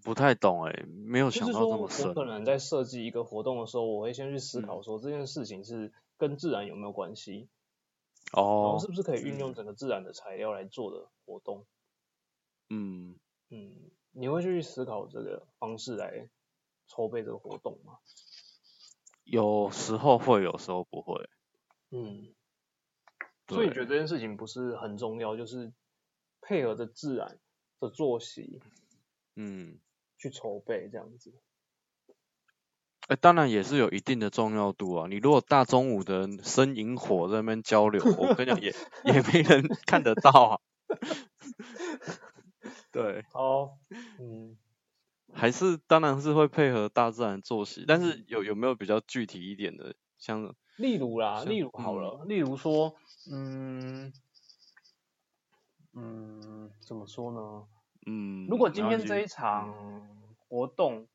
[SPEAKER 1] 不太懂哎，没有
[SPEAKER 2] 就
[SPEAKER 1] 想
[SPEAKER 2] 是
[SPEAKER 1] 到
[SPEAKER 2] 说
[SPEAKER 1] 这
[SPEAKER 2] 我
[SPEAKER 1] 么深。
[SPEAKER 2] 可能在设计一个活动的时候，我会先去思
[SPEAKER 1] 嗯
[SPEAKER 2] 考说这件事情是跟自然有没有关系，然后
[SPEAKER 1] 哦
[SPEAKER 2] 是，不是可以运用
[SPEAKER 1] 嗯
[SPEAKER 2] 整个自然的材料来做的活动。
[SPEAKER 1] 嗯，
[SPEAKER 2] 嗯，你会去思考这个方式来筹备这个活动吗？
[SPEAKER 1] 有时候会，有时候不会。
[SPEAKER 2] 嗯，所以你觉得这件事情不是很重要，就是配合着自然的作息
[SPEAKER 1] 嗯，
[SPEAKER 2] 去筹备这样子。
[SPEAKER 1] 哎，当然也是有一定的重要度啊。你如果大中午的生引火在那边交流，我跟你讲 也也没人看得到啊。 对，
[SPEAKER 2] 好，嗯，
[SPEAKER 1] 还是当然是会配合大自然作息，但是有有没有比较具体一点的，像
[SPEAKER 2] 例如啦，
[SPEAKER 1] 像
[SPEAKER 2] 例如好
[SPEAKER 1] 嗯
[SPEAKER 2] 了，例如说，嗯嗯，怎么说呢？
[SPEAKER 1] 嗯，
[SPEAKER 2] 如果
[SPEAKER 1] 没
[SPEAKER 2] 今
[SPEAKER 1] 关
[SPEAKER 2] 天这
[SPEAKER 1] 系
[SPEAKER 2] 一场活动，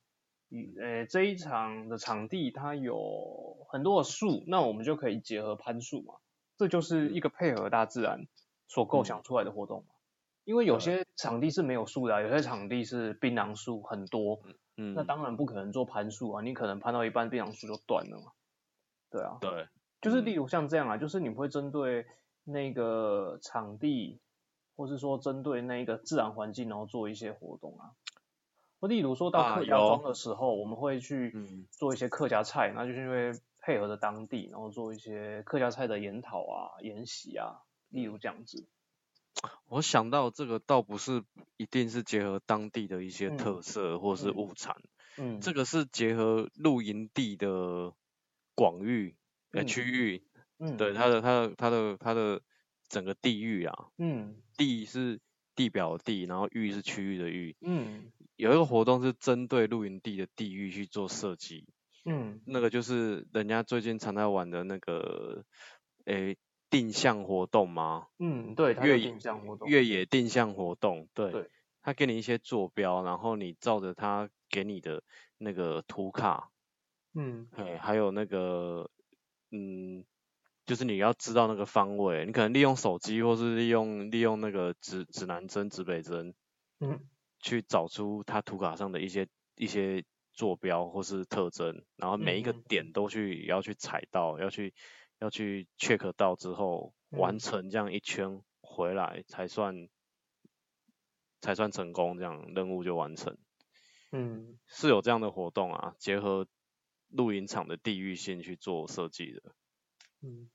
[SPEAKER 2] 嗯呃，这一场的场地它有很多的树，那我们就可以结合攀树嘛，这就是一个配合大自然所构想出来的活动嘛。因为有
[SPEAKER 1] 嗯对
[SPEAKER 2] 些场地是没有树的啊、有些场地是槟榔树很多，
[SPEAKER 1] 嗯，
[SPEAKER 2] 那当然不可能做攀树啊，你可能攀到一半槟榔树就断了嘛。对啊，
[SPEAKER 1] 对，
[SPEAKER 2] 就是
[SPEAKER 1] 嗯
[SPEAKER 2] 例如像这样啊，就是你会针对那个场地，或是说针对那个自然环境，然后做一些活动啊。或例如说到
[SPEAKER 1] 啊
[SPEAKER 2] 客家
[SPEAKER 1] 有
[SPEAKER 2] 庄的时候，我们会去
[SPEAKER 1] 嗯
[SPEAKER 2] 做一些客家菜，那就是因为配合着当地，然后做一些客家菜的研讨啊、研习啊，例如这样子。
[SPEAKER 1] 我想到这个倒不是一定是结合当地的一些
[SPEAKER 2] 嗯
[SPEAKER 1] 特色或是
[SPEAKER 2] 嗯
[SPEAKER 1] 物产，
[SPEAKER 2] 嗯，
[SPEAKER 1] 这个是结合露营地的广域呃
[SPEAKER 2] 嗯
[SPEAKER 1] 区域，
[SPEAKER 2] 嗯
[SPEAKER 1] 对它的它的它的它的整个地域啊，
[SPEAKER 2] 嗯
[SPEAKER 1] 地是地表的地，然后域是区域的域，
[SPEAKER 2] 嗯
[SPEAKER 1] 有一个活动是针对露营地的地域去做设计，
[SPEAKER 2] 嗯
[SPEAKER 1] 那个就是人家最近常在玩的那个诶定向活动吗？
[SPEAKER 2] 嗯，对，它
[SPEAKER 1] 越
[SPEAKER 2] 有
[SPEAKER 1] 野
[SPEAKER 2] 定向活动。
[SPEAKER 1] 越野定向活动，对，
[SPEAKER 2] 对
[SPEAKER 1] 他给你一些坐标，然后你照着他给你的那个图卡，
[SPEAKER 2] 嗯
[SPEAKER 1] 哎，还有那个，嗯，就是你要知道那个方位，你可能利用手机或是利用利用那个指指南针、指北针
[SPEAKER 2] 嗯
[SPEAKER 1] 去找出它图卡上的一些一些坐标或是特征，然后每一个
[SPEAKER 2] 嗯嗯
[SPEAKER 1] 点都去要去踩到，要去要去 check 到之后，
[SPEAKER 2] 嗯
[SPEAKER 1] 完成这样一圈回来才算才算成功，这样任务就完成。
[SPEAKER 2] 嗯
[SPEAKER 1] 是有这样的活动啊，结合露营场的地域性去做设计的，
[SPEAKER 2] 嗯，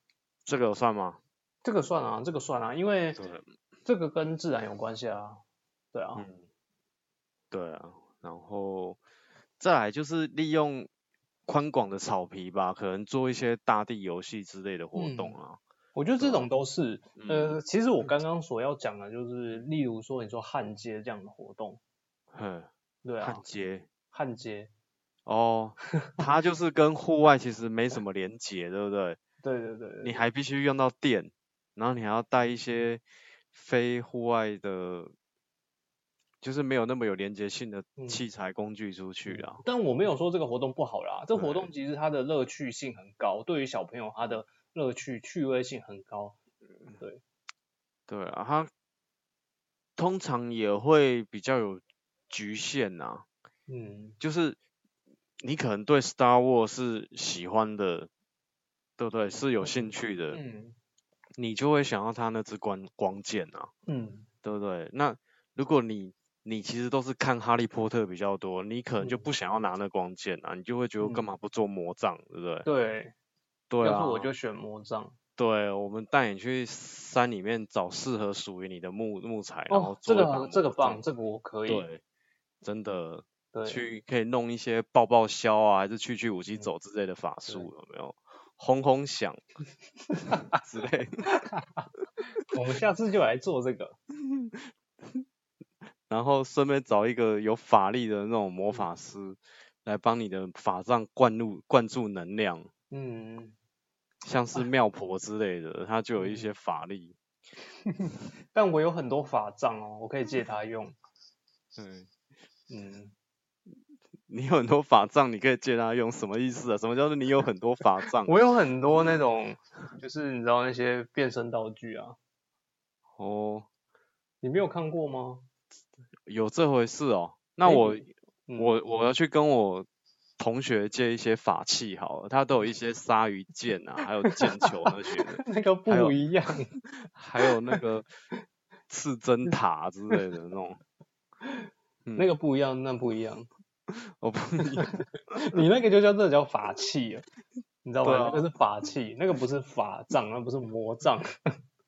[SPEAKER 1] 这个有算吗？
[SPEAKER 2] 这个算啊，这个算啊，因为
[SPEAKER 1] 对，
[SPEAKER 2] 这个跟自然有关系啊。对啊。
[SPEAKER 1] 嗯，对啊，然后再来就是利用宽广的草皮吧，可能做一些大地游戏之类的活动
[SPEAKER 2] 嗯
[SPEAKER 1] 啊，
[SPEAKER 2] 我觉得
[SPEAKER 1] 对
[SPEAKER 2] 这
[SPEAKER 1] 吧
[SPEAKER 2] 种都是，
[SPEAKER 1] 嗯，
[SPEAKER 2] 呃，其实我刚刚所要讲的就是，例如说你说焊接这样的活动，
[SPEAKER 1] 哼，
[SPEAKER 2] 嗯对
[SPEAKER 1] 焊
[SPEAKER 2] 啊，
[SPEAKER 1] 接
[SPEAKER 2] 焊接，
[SPEAKER 1] 哦，它就是跟户外其实没什么连结，对不对？
[SPEAKER 2] 对对对对
[SPEAKER 1] 你
[SPEAKER 2] 对，
[SPEAKER 1] 还必须用到电，然后你还要带一些非户外的，就是没有那么有连接性的
[SPEAKER 2] 嗯
[SPEAKER 1] 器材工具出去
[SPEAKER 2] 嗯
[SPEAKER 1] 啊。
[SPEAKER 2] 但我没有说这个活动不好啦，这活
[SPEAKER 1] 对
[SPEAKER 2] 动其实它的乐趣性很高，对于小朋友他的乐趣趣味性很高，对，
[SPEAKER 1] 对啊，它通常也会比较有局限呐、
[SPEAKER 2] 嗯
[SPEAKER 1] 就是你可能对 Star Wars 是喜欢的，对不对？是有兴趣的，
[SPEAKER 2] 嗯
[SPEAKER 1] 你就会想要它那支光光剑啊。
[SPEAKER 2] 嗯
[SPEAKER 1] 对不对？那如果你你其实都是看哈利波特比较多，你可能就
[SPEAKER 2] 嗯
[SPEAKER 1] 不想要拿那光剑啊，你就会觉得干
[SPEAKER 2] 嗯，
[SPEAKER 1] 嘛不做魔杖，对不对？
[SPEAKER 2] 对，
[SPEAKER 1] 对
[SPEAKER 2] 要是
[SPEAKER 1] 啊，
[SPEAKER 2] 我就选魔杖，
[SPEAKER 1] 对，我们带你去山里面找适合属于你的木木材，然后
[SPEAKER 2] 哦，这
[SPEAKER 1] 哎做一把
[SPEAKER 2] 个这个
[SPEAKER 1] 魔
[SPEAKER 2] 棒，
[SPEAKER 1] 杖。
[SPEAKER 2] 这个我可以，
[SPEAKER 1] 对，真的
[SPEAKER 2] 对，
[SPEAKER 1] 去可以弄一些爆爆消啊，还是去去武器
[SPEAKER 2] 嗯
[SPEAKER 1] 走之类的法
[SPEAKER 2] 对，
[SPEAKER 1] 术，有没有？轰轰响 之类的。
[SPEAKER 2] 我们下次就来做这个，
[SPEAKER 1] 然后顺便找一个有法力的那种魔
[SPEAKER 2] 嗯
[SPEAKER 1] 法师来帮你的法杖灌入灌注能量，
[SPEAKER 2] 嗯。
[SPEAKER 1] 像是妙婆之类的，她就有一
[SPEAKER 2] 啊嗯
[SPEAKER 1] 些法力。
[SPEAKER 2] 但我有很多法杖哦，我可以借他用。
[SPEAKER 1] 嗯，
[SPEAKER 2] 嗯，
[SPEAKER 1] 你有很多法杖，你可以借她用，什么意思啊？什么叫做你有很多法杖？
[SPEAKER 2] 我有很多那种，就是你知道那些变身道具啊，
[SPEAKER 1] 哦，
[SPEAKER 2] 你没有看过吗？
[SPEAKER 1] 有这回事哦。那
[SPEAKER 2] 哎，
[SPEAKER 1] 我
[SPEAKER 2] 你，嗯
[SPEAKER 1] 我我要去跟我同学借一些法器好了，他都有一些鲨鱼剑啊，还有剑球那些的，
[SPEAKER 2] 那个
[SPEAKER 1] 还
[SPEAKER 2] 不
[SPEAKER 1] 有嗯
[SPEAKER 2] 一样。
[SPEAKER 1] 还有那 个刺针塔之类的那种。
[SPEAKER 2] 那
[SPEAKER 1] 嗯，
[SPEAKER 2] 个不一样，那不一样。
[SPEAKER 1] 我不一样。
[SPEAKER 2] 你那个就叫这叫法器了，你知道
[SPEAKER 1] 对
[SPEAKER 2] 吗？
[SPEAKER 1] 啊，
[SPEAKER 2] 那个是法器，那个不是法杖，那不是魔杖。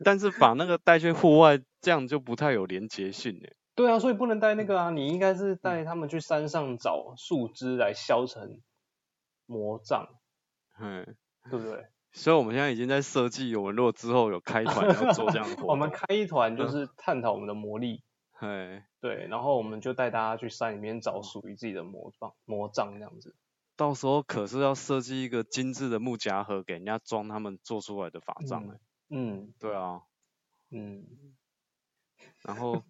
[SPEAKER 1] 但是把那个带去户外，这样就不太有连结性欸诶。
[SPEAKER 2] 对啊，所以不能带那个啊，你应该是
[SPEAKER 1] 嗯
[SPEAKER 2] 带他们去山上找树枝来削成魔杖，
[SPEAKER 1] 嗯，
[SPEAKER 2] 对不对？
[SPEAKER 1] 所以我们现在已经在设计，我们如果之后有开团要做这样 的
[SPEAKER 2] 我
[SPEAKER 1] 活
[SPEAKER 2] 们
[SPEAKER 1] 动，
[SPEAKER 2] 开一团就
[SPEAKER 1] 嗯，
[SPEAKER 2] 是探讨我们的魔力。
[SPEAKER 1] 哎，
[SPEAKER 2] 对，然后我们就带大家去山里面找
[SPEAKER 1] 哇，
[SPEAKER 2] 属于自己的魔杖，魔杖这样子。
[SPEAKER 1] 到时候可是要设计一个精致的木夹盒，给人家装他们做出来的法杖
[SPEAKER 2] 嗯
[SPEAKER 1] 诶。
[SPEAKER 2] 嗯
[SPEAKER 1] 对啊，
[SPEAKER 2] 嗯，
[SPEAKER 1] 然 后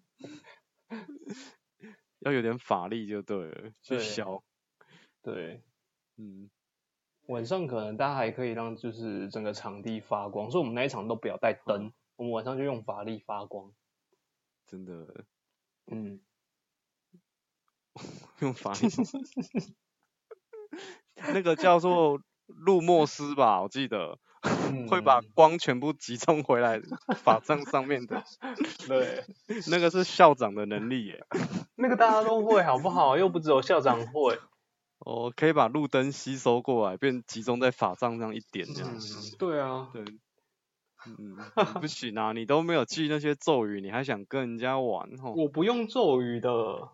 [SPEAKER 1] 要有点法力就对了，去
[SPEAKER 2] 对
[SPEAKER 1] 削，
[SPEAKER 2] 对，
[SPEAKER 1] 嗯，
[SPEAKER 2] 晚上可能大家还可以让就是整个场地发光，所以我们那一场都不要带
[SPEAKER 1] 哦，
[SPEAKER 2] 灯，我们晚上就用法力发光。
[SPEAKER 1] 真的
[SPEAKER 2] 嗯，
[SPEAKER 1] 用法力。那个叫做路莫斯吧，我记得
[SPEAKER 2] 嗯
[SPEAKER 1] 会把光全部集中回来法杖上面的，
[SPEAKER 2] 嗯对
[SPEAKER 1] 那个是校长的能力耶。
[SPEAKER 2] 那个大家都会好不好？又不只有校长会。
[SPEAKER 1] 哦，可以把路灯吸收过来，变集中在法杖上一点这样。
[SPEAKER 2] 对啊，
[SPEAKER 1] 对，嗯，你不行啊，你都没有记那些咒语，你还想跟人家玩哦？
[SPEAKER 2] 我不用咒语的，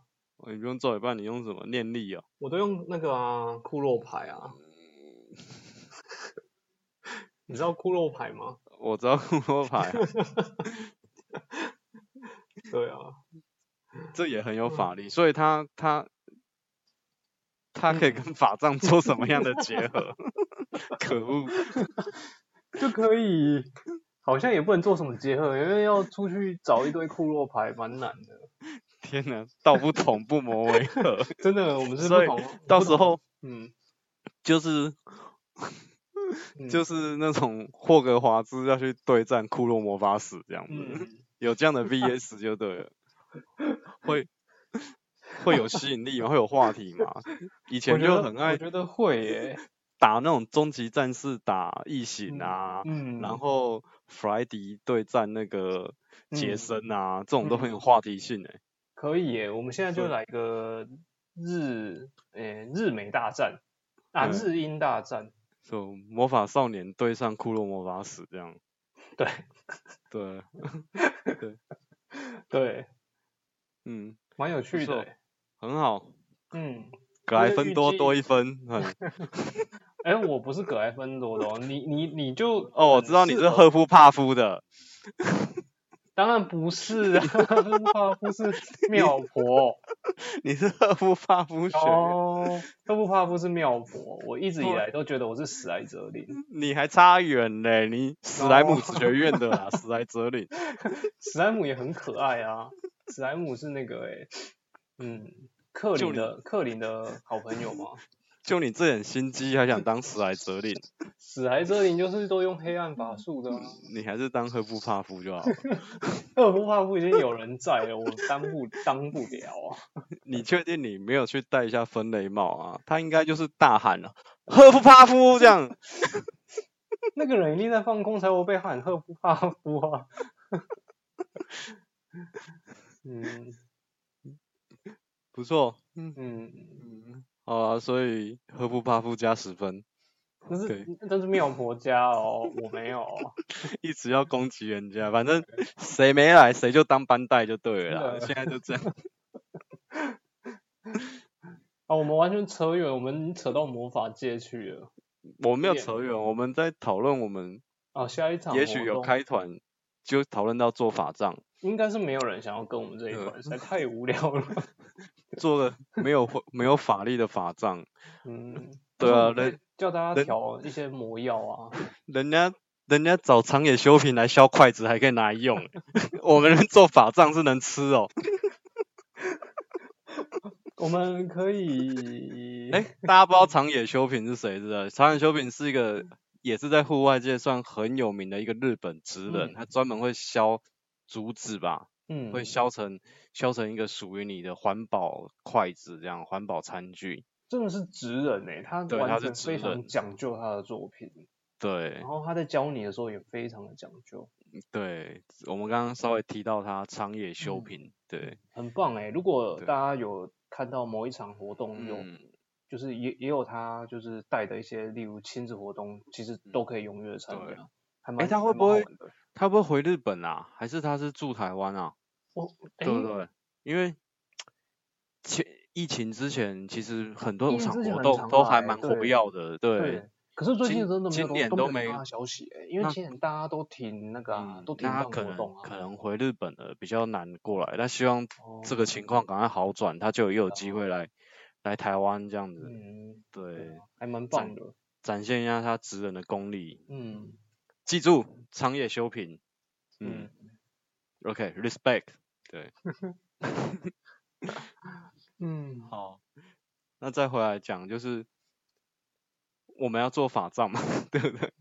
[SPEAKER 1] 你不用咒语，不然你用什么念力哦？
[SPEAKER 2] 我都用那个啊骷髅牌啊。 你知道骷髅牌吗？
[SPEAKER 1] 我知道骷髅牌 啊、
[SPEAKER 2] 对啊，
[SPEAKER 1] 这也很有法力，所以他他他可以
[SPEAKER 2] 嗯
[SPEAKER 1] 跟法杖做什么样的结合？ 可恶！
[SPEAKER 2] 就可以，好像也不能做什么结合，因为要出去找一堆骷髅牌，蛮难的。
[SPEAKER 1] 天哪，道不同不谋而 合，
[SPEAKER 2] 真的，我们是
[SPEAKER 1] 所
[SPEAKER 2] 不
[SPEAKER 1] 以
[SPEAKER 2] 同，
[SPEAKER 1] 到
[SPEAKER 2] 不
[SPEAKER 1] 时
[SPEAKER 2] 同，
[SPEAKER 1] 候
[SPEAKER 2] 嗯，
[SPEAKER 1] 就是
[SPEAKER 2] 嗯
[SPEAKER 1] 就是那种霍格华兹要去对战骷髅魔法使这样子，
[SPEAKER 2] 嗯，
[SPEAKER 1] 有这样的 VS 就对了， 会会有吸引力吗？会有话题吗？以
[SPEAKER 2] 我
[SPEAKER 1] 前
[SPEAKER 2] 觉
[SPEAKER 1] 就
[SPEAKER 2] 得
[SPEAKER 1] 很
[SPEAKER 2] 我
[SPEAKER 1] 爱
[SPEAKER 2] 觉得会耶，
[SPEAKER 1] 打那种终极战士打异形啊，
[SPEAKER 2] 嗯，
[SPEAKER 1] 然后弗莱迪对战那个杰
[SPEAKER 2] 嗯
[SPEAKER 1] 森啊，这种都很有
[SPEAKER 2] 嗯
[SPEAKER 1] 话题性诶、欸
[SPEAKER 2] 可以耶，我们现在就
[SPEAKER 1] 所以
[SPEAKER 2] 来个日，诶，日美大战啊，
[SPEAKER 1] 嗯
[SPEAKER 2] 日英大战，
[SPEAKER 1] 就魔法少年对上骷髅魔法使这样。
[SPEAKER 2] 对
[SPEAKER 1] 对，
[SPEAKER 2] 对，
[SPEAKER 1] 嗯，
[SPEAKER 2] 蛮有趣
[SPEAKER 1] 错
[SPEAKER 2] 的耶，
[SPEAKER 1] 很好，
[SPEAKER 2] 嗯，
[SPEAKER 1] 格
[SPEAKER 2] 我
[SPEAKER 1] 莱
[SPEAKER 2] 也
[SPEAKER 1] 芬
[SPEAKER 2] 预
[SPEAKER 1] 多
[SPEAKER 2] 计
[SPEAKER 1] 多一分。嗯
[SPEAKER 2] 哎，我不是葛莱芬多的哦，你你你就
[SPEAKER 1] 哦，我
[SPEAKER 2] 很
[SPEAKER 1] 知道你
[SPEAKER 2] 适
[SPEAKER 1] 是
[SPEAKER 2] 合，
[SPEAKER 1] 赫夫帕夫的，
[SPEAKER 2] 当然不是啊， 赫夫是妙婆
[SPEAKER 1] 你是赫夫帕夫学员，
[SPEAKER 2] 哦，赫夫帕夫是妙婆，我一直以
[SPEAKER 1] 对
[SPEAKER 2] 来都觉得我是史莱哲林，
[SPEAKER 1] 你还差远嘞，你史莱姆
[SPEAKER 2] 哦
[SPEAKER 1] 子学院的 啦，史莱哲林。
[SPEAKER 2] 史莱姆也很可爱啊，史莱姆是那个诶，嗯，克
[SPEAKER 1] 就
[SPEAKER 2] 林
[SPEAKER 1] 你
[SPEAKER 2] 的克林的好朋友吗？
[SPEAKER 1] 就你这点心机，还想当史莱哲林，
[SPEAKER 2] 史莱哲林就是都用黑暗法术的啊、
[SPEAKER 1] 你还是当赫夫帕夫就好了。
[SPEAKER 2] 赫尔夫帕夫已经有人在了，我当不当不了啊。
[SPEAKER 1] 你确定你没有去戴一下分雷帽啊？他应该就是大喊了、赫夫帕夫这样。
[SPEAKER 2] 那个人一定在放空才会被喊赫尔夫帕夫啊。 嗯
[SPEAKER 1] 不错，嗯
[SPEAKER 2] 嗯，
[SPEAKER 1] 嗯，好啊，所以赫夫帕夫加十分，
[SPEAKER 2] 那是
[SPEAKER 1] OK
[SPEAKER 2] 那是妙婆家哦，我没有。
[SPEAKER 1] 一直要攻击人家，反正谁没来谁就当班带就对了啦，
[SPEAKER 2] 对
[SPEAKER 1] 现在就这样。
[SPEAKER 2] 啊，我们完全扯远，我们扯到魔法界去了。
[SPEAKER 1] 我们没有
[SPEAKER 2] 也
[SPEAKER 1] 扯远，我们在讨论我们
[SPEAKER 2] 啊，下一场
[SPEAKER 1] 也
[SPEAKER 2] 活
[SPEAKER 1] 许有
[SPEAKER 2] 动，
[SPEAKER 1] 开团就讨论到做法 杖，
[SPEAKER 2] 应该是没有人想要跟我们这一
[SPEAKER 1] 对
[SPEAKER 2] 团，实在太无聊了。
[SPEAKER 1] 做个没有没有法力的法杖，
[SPEAKER 2] 嗯，
[SPEAKER 1] 对啊
[SPEAKER 2] 就是我们
[SPEAKER 1] 人
[SPEAKER 2] 叫大家
[SPEAKER 1] 人
[SPEAKER 2] 调一些魔药啊。
[SPEAKER 1] 人家人家找长野修平来削筷子还可以拿来 用，我们做法杖是能吃哦。
[SPEAKER 2] 我们可 以，
[SPEAKER 1] 哎、大家不知道长野修平是谁是吧？长野修平是一
[SPEAKER 2] 嗯
[SPEAKER 1] 个也是在户外界算很有名的一个日本职人，
[SPEAKER 2] 嗯
[SPEAKER 1] 他专门会削竹子吧，
[SPEAKER 2] 嗯，
[SPEAKER 1] 会削成削成一个属于你的环保筷子这样环保餐具。
[SPEAKER 2] 真的是职人哎、他
[SPEAKER 1] 对
[SPEAKER 2] 完
[SPEAKER 1] 他是
[SPEAKER 2] 全
[SPEAKER 1] 职
[SPEAKER 2] 非常
[SPEAKER 1] 人
[SPEAKER 2] 讲究他的作品，
[SPEAKER 1] 对
[SPEAKER 2] 然后他在教你的时候也非常的讲究，
[SPEAKER 1] 对，我们刚刚稍微提到他长野修
[SPEAKER 2] 嗯
[SPEAKER 1] 平，对，
[SPEAKER 2] 很棒哎、如果
[SPEAKER 1] 对
[SPEAKER 2] 大家有看到某一场活动有，
[SPEAKER 1] 嗯，
[SPEAKER 2] 就是也也有他就是带的一些，例如亲子活动，其实都可以踊跃参
[SPEAKER 1] 嗯对
[SPEAKER 2] 加，还蛮
[SPEAKER 1] 他会
[SPEAKER 2] 还蛮
[SPEAKER 1] 不
[SPEAKER 2] 好
[SPEAKER 1] 会
[SPEAKER 2] 玩的
[SPEAKER 1] 他不会回日本啊？还是他是住台湾啊？
[SPEAKER 2] 我哎，
[SPEAKER 1] 对不对？因为前疫情之前，其实很多
[SPEAKER 2] 疫情
[SPEAKER 1] 场
[SPEAKER 2] 之前
[SPEAKER 1] 活
[SPEAKER 2] 很
[SPEAKER 1] 动
[SPEAKER 2] 常
[SPEAKER 1] 都还
[SPEAKER 2] 来
[SPEAKER 1] 蛮活
[SPEAKER 2] 对
[SPEAKER 1] 跃的，对。
[SPEAKER 2] 对。啊可是最
[SPEAKER 1] 今
[SPEAKER 2] 近真的没有
[SPEAKER 1] 今年
[SPEAKER 2] 都
[SPEAKER 1] 都
[SPEAKER 2] 没
[SPEAKER 1] 没
[SPEAKER 2] 有大家消息哎、因为
[SPEAKER 1] 那
[SPEAKER 2] 今年大家都停那个、啊
[SPEAKER 1] 嗯
[SPEAKER 2] 都停
[SPEAKER 1] 那
[SPEAKER 2] 办
[SPEAKER 1] 他可
[SPEAKER 2] 活
[SPEAKER 1] 能
[SPEAKER 2] 动
[SPEAKER 1] 可
[SPEAKER 2] 啊，
[SPEAKER 1] 能回日本了，比较难过来。那希望这个情
[SPEAKER 2] 哦
[SPEAKER 1] 况赶快好转，他就也有机会来来台湾这样子，
[SPEAKER 2] 嗯，
[SPEAKER 1] 对，
[SPEAKER 2] 还蛮
[SPEAKER 1] 展
[SPEAKER 2] 棒的，
[SPEAKER 1] 展现一下他职人的功力。
[SPEAKER 2] 嗯
[SPEAKER 1] 记住，长野修平，
[SPEAKER 2] 嗯
[SPEAKER 1] 嗯。，OK，respect，、
[SPEAKER 2] 嗯，
[SPEAKER 1] 好，那再回来讲，就是我们要做法杖嘛， 对不对？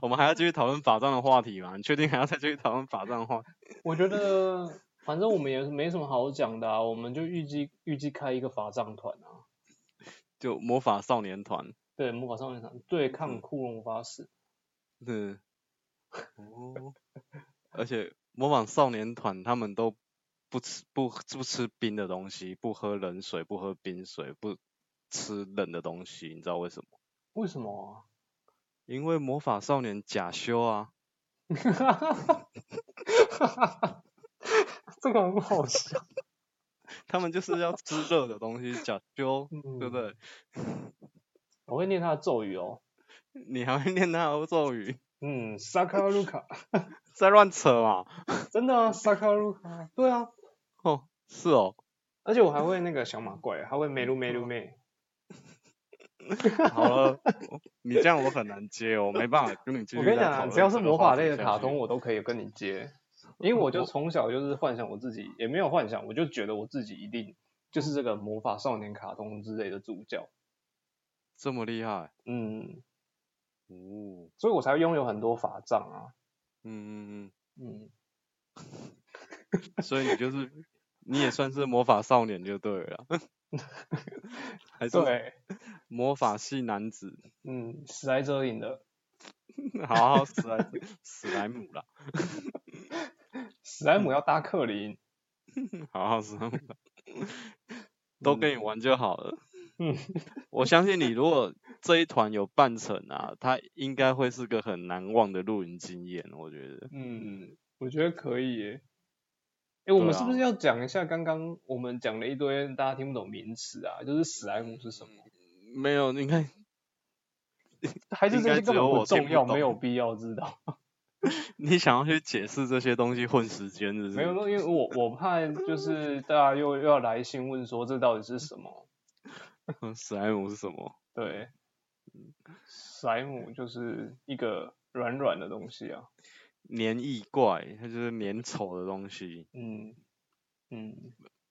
[SPEAKER 1] 我们还要继续讨论法杖的话题吗？你确定还要再继续讨论法杖的话题？
[SPEAKER 2] 我觉得反正我们也是没什么好讲的啊，我们就预计预计开一个法杖团啊，
[SPEAKER 1] 就魔法少年团，
[SPEAKER 2] 对魔法少年团对抗库龙法使，
[SPEAKER 1] 嗯，哦， 而且模仿少年团他们都不吃不不吃冰的东西，不喝冷水，不喝冰水，不吃冷的东西，你知道为什么？
[SPEAKER 2] 为什么
[SPEAKER 1] 因为魔法少年假修啊，
[SPEAKER 2] 啊？ 这个很好笑，
[SPEAKER 1] 他们就是要吃热的东西，假修，对
[SPEAKER 2] 对
[SPEAKER 1] 不？对？
[SPEAKER 2] 嗯 我会念他的咒语哦，
[SPEAKER 1] 你还会念他的咒语，
[SPEAKER 2] 嗯，萨卡鲁卡，
[SPEAKER 1] 在乱扯嘛？
[SPEAKER 2] 真的啊，萨卡鲁卡，对啊，
[SPEAKER 1] 哦，是哦，
[SPEAKER 2] 而且我还会那个小马怪，啊还会梅鲁梅鲁梅，
[SPEAKER 1] 好了，你这样我很难接哦，没办法跟你继续
[SPEAKER 2] 我跟你
[SPEAKER 1] 再
[SPEAKER 2] 讲
[SPEAKER 1] 讨
[SPEAKER 2] 啊，
[SPEAKER 1] 论
[SPEAKER 2] 只要是
[SPEAKER 1] 这个
[SPEAKER 2] 魔
[SPEAKER 1] 话
[SPEAKER 2] 法
[SPEAKER 1] 题
[SPEAKER 2] 类的
[SPEAKER 1] 下
[SPEAKER 2] 卡
[SPEAKER 1] 去
[SPEAKER 2] 通，我都可以跟你接，因为我就
[SPEAKER 1] 我
[SPEAKER 2] 从小就是幻想我自己，也没有幻想，我就觉得我自己一定就是这个魔法少年卡通之类的主角，
[SPEAKER 1] 这么厉害，
[SPEAKER 2] 嗯，
[SPEAKER 1] 哦，
[SPEAKER 2] 所以我才拥有很多法杖啊，
[SPEAKER 1] 嗯嗯
[SPEAKER 2] 嗯，
[SPEAKER 1] 嗯，所以你就是你也算是魔法少年就对 了啦，还是
[SPEAKER 2] 对，
[SPEAKER 1] 魔法系男子，
[SPEAKER 2] 嗯，史莱哲林的
[SPEAKER 1] 好好史莱史莱姆啦，
[SPEAKER 2] 史莱
[SPEAKER 1] 嗯
[SPEAKER 2] 姆要搭克林，
[SPEAKER 1] 好好史莱姆啦， 都跟你玩就好了。
[SPEAKER 2] 嗯，
[SPEAKER 1] 我相信你如果这一团有办成啊，它应该会是个很难忘的露营经验，我觉得。
[SPEAKER 2] 嗯，我觉得可以耶。哎，我们
[SPEAKER 1] 对
[SPEAKER 2] 是不
[SPEAKER 1] 啊
[SPEAKER 2] 是要讲一下刚刚我们讲了一堆大家听不懂名词啊？就是史莱姆是什么？
[SPEAKER 1] 没有，你看，
[SPEAKER 2] 还
[SPEAKER 1] 嗯
[SPEAKER 2] 是
[SPEAKER 1] 应
[SPEAKER 2] 这
[SPEAKER 1] 该
[SPEAKER 2] 些根
[SPEAKER 1] 只
[SPEAKER 2] 本
[SPEAKER 1] 有我听
[SPEAKER 2] 重
[SPEAKER 1] 不
[SPEAKER 2] 要，没
[SPEAKER 1] 懂
[SPEAKER 2] 有必要知道。
[SPEAKER 1] 你想要去解释这些东西混时间，是不是？
[SPEAKER 2] 没有，因为我我怕就是大家又又要来信问说这到底是什么？
[SPEAKER 1] 嗯史莱姆是什么？
[SPEAKER 2] 对，史莱姆就是一个软软的东西啊。
[SPEAKER 1] 粘液怪，它就是粘稠的东西。
[SPEAKER 2] 嗯嗯，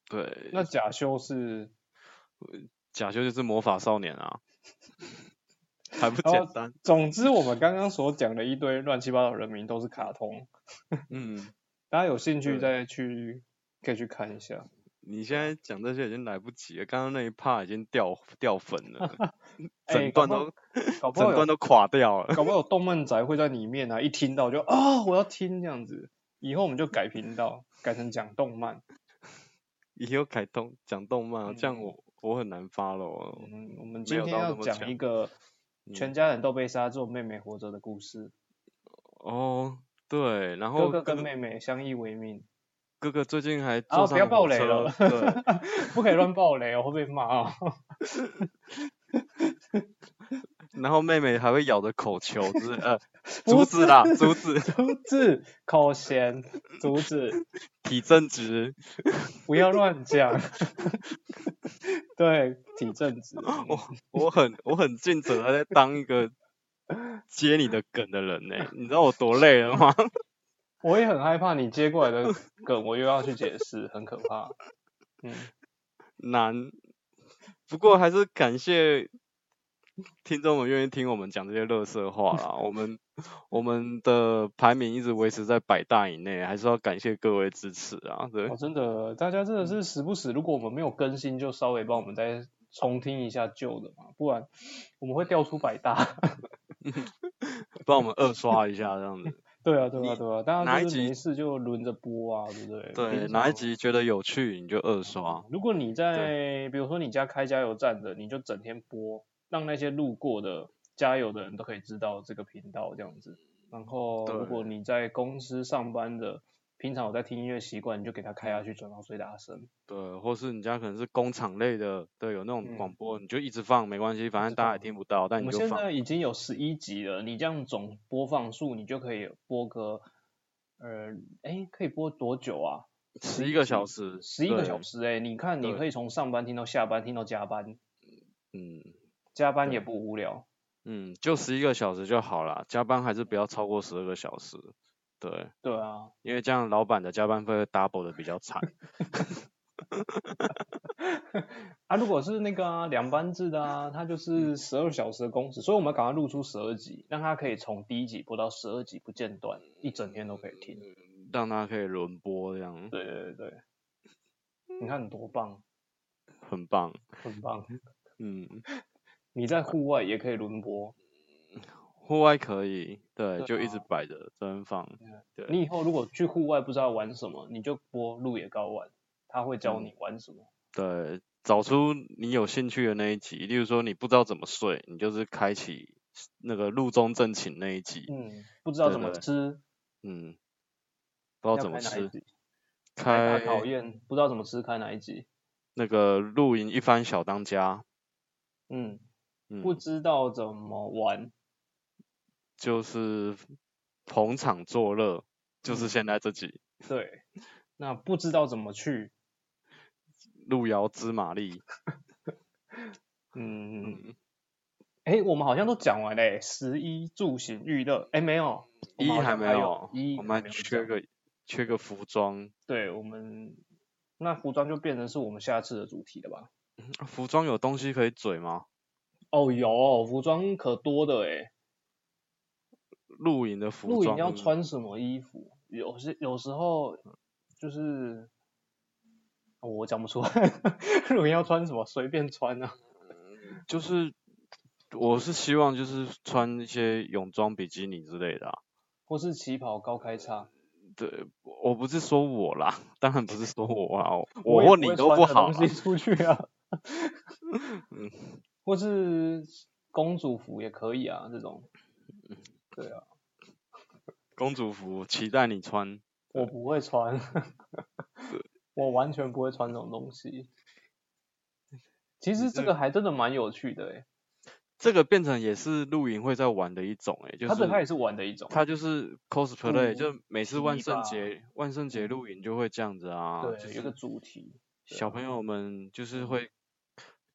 [SPEAKER 1] 对，
[SPEAKER 2] 那假修是，
[SPEAKER 1] 假修就是魔法少年 啊，还不
[SPEAKER 2] 然后
[SPEAKER 1] 简单？
[SPEAKER 2] 总之我们刚刚所讲的一堆乱七八糟的人名都是卡通，
[SPEAKER 1] 嗯，
[SPEAKER 2] 大家有兴趣
[SPEAKER 1] 对
[SPEAKER 2] 再去可以去看 一下。
[SPEAKER 1] 你现在讲这些已经来不及了，刚刚那一趴已经掉掉粉了，
[SPEAKER 2] 哎
[SPEAKER 1] 整
[SPEAKER 2] 搞
[SPEAKER 1] 段
[SPEAKER 2] 不
[SPEAKER 1] 都
[SPEAKER 2] 好搞不好
[SPEAKER 1] 整
[SPEAKER 2] 有
[SPEAKER 1] 段都垮掉了。
[SPEAKER 2] 搞不好有动漫宅会在里面啊，一听到就啊、我要听这样子，以后我们就改频道，改成讲动漫。
[SPEAKER 1] 以后改动讲动漫啊，这样
[SPEAKER 2] 嗯
[SPEAKER 1] 我我很难发了哦。
[SPEAKER 2] 嗯，我们
[SPEAKER 1] 没
[SPEAKER 2] 今
[SPEAKER 1] 有
[SPEAKER 2] 天
[SPEAKER 1] 到
[SPEAKER 2] 要
[SPEAKER 1] 这么
[SPEAKER 2] 讲
[SPEAKER 1] 强
[SPEAKER 2] 一个
[SPEAKER 1] 嗯
[SPEAKER 2] 全家人都被杀，只有妹妹活着的故事，
[SPEAKER 1] 哦，对，然
[SPEAKER 2] 哥
[SPEAKER 1] 后哥
[SPEAKER 2] 哥跟
[SPEAKER 1] 哥
[SPEAKER 2] 妹妹相依为命。
[SPEAKER 1] 哥哥最近还
[SPEAKER 2] 啊，
[SPEAKER 1] 坐
[SPEAKER 2] 不要
[SPEAKER 1] 上
[SPEAKER 2] 暴
[SPEAKER 1] 火
[SPEAKER 2] 雷
[SPEAKER 1] 车，
[SPEAKER 2] 了，
[SPEAKER 1] 对，
[SPEAKER 2] 不可以乱暴雷哦，我会被骂哦。
[SPEAKER 1] 然后妹妹还会咬着口球之呃
[SPEAKER 2] 不
[SPEAKER 1] 竹子啦，
[SPEAKER 2] 是
[SPEAKER 1] 竹子
[SPEAKER 2] 竹子口弦，竹子
[SPEAKER 1] 体正直。
[SPEAKER 2] 不要乱讲。 对，体正直。嗯
[SPEAKER 1] 我我很我很尽责的在当一 个接你的梗的人呢、欸你知道我多累了吗？
[SPEAKER 2] 我也很害怕你接过来的梗，我又要去解释，很可怕。嗯，
[SPEAKER 1] 难，不过还是感谢听众们愿意听我们讲这些乐色话 啦。我们我们的排名一直维持在百大以内，还是要感谢各位支持啊。对
[SPEAKER 2] 哦，，真的，大家真的是时不时，如果我们没有更新，就稍微帮我们再重听一下旧的嘛，不然我们会掉出百大。
[SPEAKER 1] 帮我们二刷一下这样 子。
[SPEAKER 2] 对啊，对啊，
[SPEAKER 1] 你
[SPEAKER 2] 对啊，大家
[SPEAKER 1] 哪一
[SPEAKER 2] 就是没
[SPEAKER 1] 集
[SPEAKER 2] 事就轮着播啊，对不对？
[SPEAKER 1] 对，
[SPEAKER 2] 平
[SPEAKER 1] 哪一
[SPEAKER 2] 常
[SPEAKER 1] 集觉得有趣你就二刷。
[SPEAKER 2] 如果你在，比如说你家开加油站的，你就整天播，让那些路过的加油的人都可以知道这个频道这样子。然后，如果你在公司上班的，平常有在听音乐习惯，你就给它开下去，转到最大声。
[SPEAKER 1] 对，或是你家可能是工厂类的，对，有那种广
[SPEAKER 2] 嗯
[SPEAKER 1] 播，你就一直放没关系，反
[SPEAKER 2] 一
[SPEAKER 1] 正
[SPEAKER 2] 直
[SPEAKER 1] 大家
[SPEAKER 2] 放
[SPEAKER 1] 也听不到，
[SPEAKER 2] 我
[SPEAKER 1] 但你
[SPEAKER 2] 们
[SPEAKER 1] 就
[SPEAKER 2] 现
[SPEAKER 1] 放。
[SPEAKER 2] 在已经有十一集了，你这样总播放数，你就可以播个，呃，哎，可以播多久啊？
[SPEAKER 1] 十一个小时，
[SPEAKER 2] 十一个小
[SPEAKER 1] 对，
[SPEAKER 2] 时哎、你看你
[SPEAKER 1] 对
[SPEAKER 2] 可以从上班听到下班，听到加班，
[SPEAKER 1] 嗯
[SPEAKER 2] 加班也
[SPEAKER 1] 对
[SPEAKER 2] 不无聊。
[SPEAKER 1] 嗯，就十一个小时就好啦，加班还是不要超过十二个小时，对，
[SPEAKER 2] 对啊，
[SPEAKER 1] 因为这样老板的加班费会 double 的比较 惨。
[SPEAKER 2] 啊，如果是那个啊两班制的啊，它
[SPEAKER 1] 嗯
[SPEAKER 2] 就是十二小时的工时，所以我们赶快录出十二集，让它可以从第一集播到十二集不间断，一整天都可以听。
[SPEAKER 1] 嗯让他可以轮播，这样
[SPEAKER 2] 对对对，你看多棒，
[SPEAKER 1] 很棒。
[SPEAKER 2] 很棒。
[SPEAKER 1] 嗯，
[SPEAKER 2] 你在户外也可以轮播。
[SPEAKER 1] 户外可以，对，
[SPEAKER 2] 对啊
[SPEAKER 1] 就一直摆着，这边放。对
[SPEAKER 2] 你以后如果去户外不知道玩什么，你就播路野高玩，他会
[SPEAKER 1] 嗯
[SPEAKER 2] 教你玩什么。
[SPEAKER 1] 对，找出你有兴趣的那一集，例如说你不知道怎么睡，你就是开启那个路中正寝那一集，
[SPEAKER 2] 嗯，不知道
[SPEAKER 1] 对
[SPEAKER 2] 怎么
[SPEAKER 1] 对
[SPEAKER 2] 吃，
[SPEAKER 1] 嗯，不知道
[SPEAKER 2] 要
[SPEAKER 1] 怎么
[SPEAKER 2] 开哪一
[SPEAKER 1] 吃，
[SPEAKER 2] 集？开
[SPEAKER 1] 开
[SPEAKER 2] 大考验，不知道怎么吃，开哪一集？
[SPEAKER 1] 那个露营一番小当家，
[SPEAKER 2] 嗯，不
[SPEAKER 1] 嗯，
[SPEAKER 2] 知道怎么玩，
[SPEAKER 1] 就是捧场作乐，就是
[SPEAKER 2] 嗯
[SPEAKER 1] 现在这集
[SPEAKER 2] 对，那不知道怎么去，
[SPEAKER 1] 路遥知马力，
[SPEAKER 2] 嗯，
[SPEAKER 1] 嗯，
[SPEAKER 2] 哎、我们好像都讲完嘞、食衣住行娱乐，哎、没有，我
[SPEAKER 1] 一
[SPEAKER 2] 们好像
[SPEAKER 1] 没
[SPEAKER 2] 还
[SPEAKER 1] 有，
[SPEAKER 2] 一
[SPEAKER 1] 我们
[SPEAKER 2] 还没
[SPEAKER 1] 还
[SPEAKER 2] 有
[SPEAKER 1] 缺
[SPEAKER 2] 讲
[SPEAKER 1] 个缺个服装，
[SPEAKER 2] 对我们那服装就变成是我们下次的主题了吧？
[SPEAKER 1] 服装有东西可以嘴吗？
[SPEAKER 2] 哦，有服装可多的哎、
[SPEAKER 1] 露营的服
[SPEAKER 2] 露营
[SPEAKER 1] 装嗯
[SPEAKER 2] 要穿什么衣服？有些有时候就是、哦我讲不出来， 露营要穿什么随便穿啊。
[SPEAKER 1] 就是我是希望就是穿一些泳装、比基尼之类的、啊。
[SPEAKER 2] 或是旗袍高开叉，
[SPEAKER 1] 对，我不是说我啦，当然不是说我啊，我
[SPEAKER 2] 我也
[SPEAKER 1] 问
[SPEAKER 2] 不
[SPEAKER 1] 你
[SPEAKER 2] 会
[SPEAKER 1] 都
[SPEAKER 2] 穿
[SPEAKER 1] 不
[SPEAKER 2] 着
[SPEAKER 1] 好啊、
[SPEAKER 2] 东西出去啊。
[SPEAKER 1] 嗯
[SPEAKER 2] 或是公主服也可以啊，这种。对啊，
[SPEAKER 1] 公主服期待你穿，
[SPEAKER 2] 我不会穿， 我完全不会穿这种东西。其实这
[SPEAKER 1] 这
[SPEAKER 2] 个还真的蛮有趣的欸诶、
[SPEAKER 1] 这个变成也是露营会在玩的一种哎、欸，就
[SPEAKER 2] 它对它也
[SPEAKER 1] 是
[SPEAKER 2] 是玩的一种。
[SPEAKER 1] 它就是 cosplay，、
[SPEAKER 2] 主
[SPEAKER 1] 就每次万
[SPEAKER 2] 题
[SPEAKER 1] 圣
[SPEAKER 2] 吧
[SPEAKER 1] 节万圣节露营就会这样子啊，
[SPEAKER 2] 嗯对，嗯
[SPEAKER 1] 就
[SPEAKER 2] 有个
[SPEAKER 1] 是
[SPEAKER 2] 主题。对
[SPEAKER 1] 小
[SPEAKER 2] 啊
[SPEAKER 1] 朋友们就是会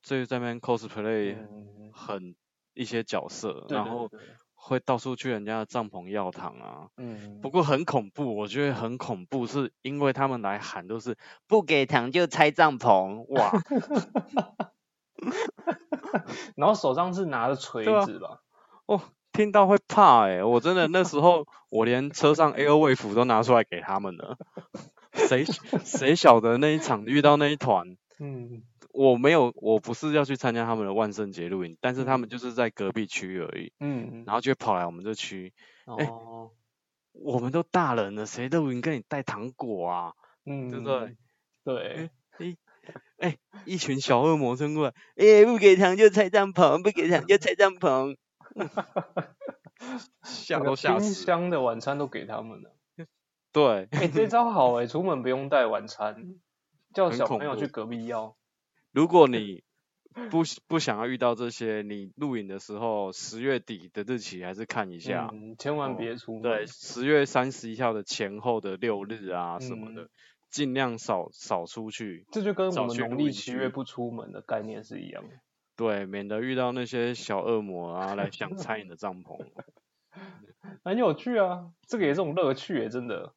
[SPEAKER 1] 就在那边 cosplay
[SPEAKER 2] 嗯，
[SPEAKER 1] 很一些角色，
[SPEAKER 2] 对
[SPEAKER 1] 然
[SPEAKER 2] 对
[SPEAKER 1] 后
[SPEAKER 2] 对对
[SPEAKER 1] 会到处去人家的帐篷要糖啊。
[SPEAKER 2] 嗯，
[SPEAKER 1] 不过很恐怖，我觉得很恐怖，是因为他们来喊都是不给糖就拆帐篷，哇，
[SPEAKER 2] 然后手上是拿着锤
[SPEAKER 1] 对啊
[SPEAKER 2] 子吧？
[SPEAKER 1] 听到会怕哎、我真的那时候我连车上 Air w a v 都拿出来给他们了， 谁谁晓得那一场遇到那一团，
[SPEAKER 2] 嗯，
[SPEAKER 1] 我没有，我不是要去参加他们的万圣节露营，但是他们就是在隔壁区而已，
[SPEAKER 2] 嗯，
[SPEAKER 1] 然后就跑来我们这区，哎
[SPEAKER 2] 哦，
[SPEAKER 1] 我们都大人了，谁露营跟你带糖果啊？
[SPEAKER 2] 嗯，
[SPEAKER 1] 对不对？
[SPEAKER 2] 对，
[SPEAKER 1] 一群小恶魔冲过来，哎、不给糖就拆帐篷，不给糖就拆帐 篷，吓
[SPEAKER 2] 那个
[SPEAKER 1] 都吓
[SPEAKER 2] 冰
[SPEAKER 1] 死了。
[SPEAKER 2] 箱的晚餐都给他们了。
[SPEAKER 1] 对，
[SPEAKER 2] 哎、这招好哎、出门不用带晚餐，叫
[SPEAKER 1] 很
[SPEAKER 2] 小
[SPEAKER 1] 恐
[SPEAKER 2] 朋友去
[SPEAKER 1] 怖
[SPEAKER 2] 隔壁要。
[SPEAKER 1] 如果你不喜不想要遇到这些，你录影的时候十月底的日期还是看一下。
[SPEAKER 2] 嗯，千万
[SPEAKER 1] 哦
[SPEAKER 2] 别出门。
[SPEAKER 1] 对，十月三十一号的前后的六日啊什么的，
[SPEAKER 2] 嗯
[SPEAKER 1] 尽量少少出去，
[SPEAKER 2] 这就跟我
[SPEAKER 1] 早
[SPEAKER 2] 们
[SPEAKER 1] 去
[SPEAKER 2] 农
[SPEAKER 1] 露
[SPEAKER 2] 历
[SPEAKER 1] 营
[SPEAKER 2] 七
[SPEAKER 1] 区
[SPEAKER 2] 月不出门的概念是一样的。
[SPEAKER 1] 对，免得遇到那些小恶魔啊来想拆你的帐篷。
[SPEAKER 2] 很有趣啊，这个也是种乐趣耶、真的。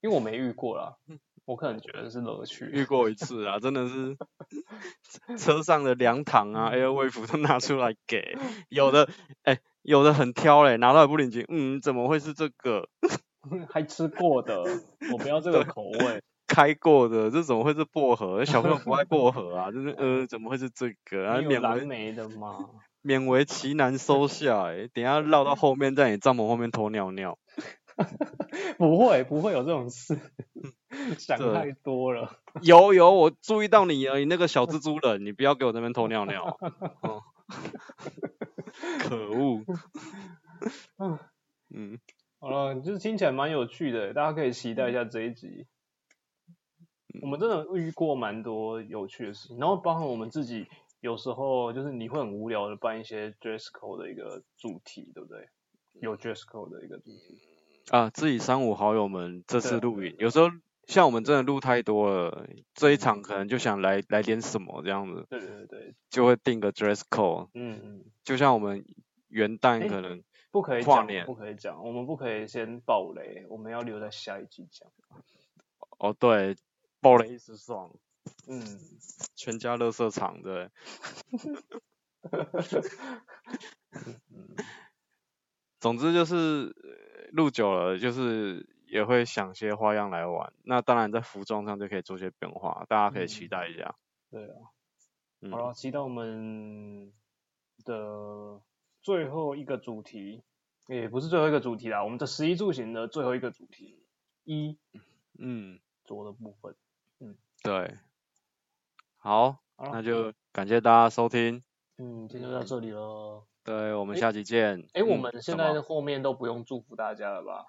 [SPEAKER 2] 因为我没遇过啦，我可能觉得是乐
[SPEAKER 1] 遇
[SPEAKER 2] 趣。
[SPEAKER 1] 过一次啊，真的是车上的凉糖啊、Air Wave 都拿出来给，有的哎、有的很挑嘞，拿到也不领情，嗯，怎么会是这个
[SPEAKER 2] 还吃过的，我不要这个口味。
[SPEAKER 1] 开过的？这怎么会是薄荷？小朋友不爱薄荷啊，就是呃，怎么会是这个？啊，
[SPEAKER 2] 你有
[SPEAKER 1] 勉
[SPEAKER 2] 蓝
[SPEAKER 1] 为
[SPEAKER 2] 莓的吗？
[SPEAKER 1] 勉为其难收下、欸，等一下绕到后面，在你帐篷后面偷尿 尿。
[SPEAKER 2] 不会，不会有这种事。想
[SPEAKER 1] 嗯对
[SPEAKER 2] 太多了。
[SPEAKER 1] 有有，我注意到你了，你那个小蜘蛛人，你不要给我在那边偷尿 尿。哦可 恶。嗯，
[SPEAKER 2] 好了，就是听起来蛮有趣的，大家可以期待一下这一集。我们真的遇过蛮多有趣的事情，然后包含我们自己有时候就是你会很无聊的办一些 dress code 的一个主题，对不对？有 dress code 的一个主题，
[SPEAKER 1] 啊，自己三五好友们这
[SPEAKER 2] 对啊
[SPEAKER 1] 次
[SPEAKER 2] 对
[SPEAKER 1] 录
[SPEAKER 2] 啊
[SPEAKER 1] 影，有时候像我们真的录太多了，这一场可能就想来来点什么这样子，
[SPEAKER 2] 对对对对，
[SPEAKER 1] 就会定个 dress code。
[SPEAKER 2] 嗯嗯，
[SPEAKER 1] 就像我们元旦
[SPEAKER 2] 诶
[SPEAKER 1] 可能
[SPEAKER 2] 不可以
[SPEAKER 1] 跨
[SPEAKER 2] 讲
[SPEAKER 1] 年，
[SPEAKER 2] 不可以讲，我们不可以先爆雷，我们要留在下一集讲。
[SPEAKER 1] 哦对，爆了一时爽，
[SPEAKER 2] 嗯，
[SPEAKER 1] 全家乐色场对，
[SPEAKER 2] 嗯
[SPEAKER 1] 总之就是呃录久了就是。也会想些花样来玩，那当然在服装上就可以做些变化，大家可以期
[SPEAKER 2] 嗯
[SPEAKER 1] 待一下。
[SPEAKER 2] 对啊，
[SPEAKER 1] 嗯
[SPEAKER 2] 好了，期待我们的最后一个主题，也不是最后一个主题啦，我们的十一住行的最后一个主题，衣
[SPEAKER 1] 嗯，
[SPEAKER 2] 着的部分。
[SPEAKER 1] 对，好，
[SPEAKER 2] 好了
[SPEAKER 1] 那就感谢大家收听，
[SPEAKER 2] 嗯，今天就到这里了。
[SPEAKER 1] 对我们
[SPEAKER 2] 诶
[SPEAKER 1] 下期见。
[SPEAKER 2] 哎、我
[SPEAKER 1] 嗯
[SPEAKER 2] 们
[SPEAKER 1] 怎
[SPEAKER 2] 现
[SPEAKER 1] 么
[SPEAKER 2] 在后面都不用祝福大家了吧？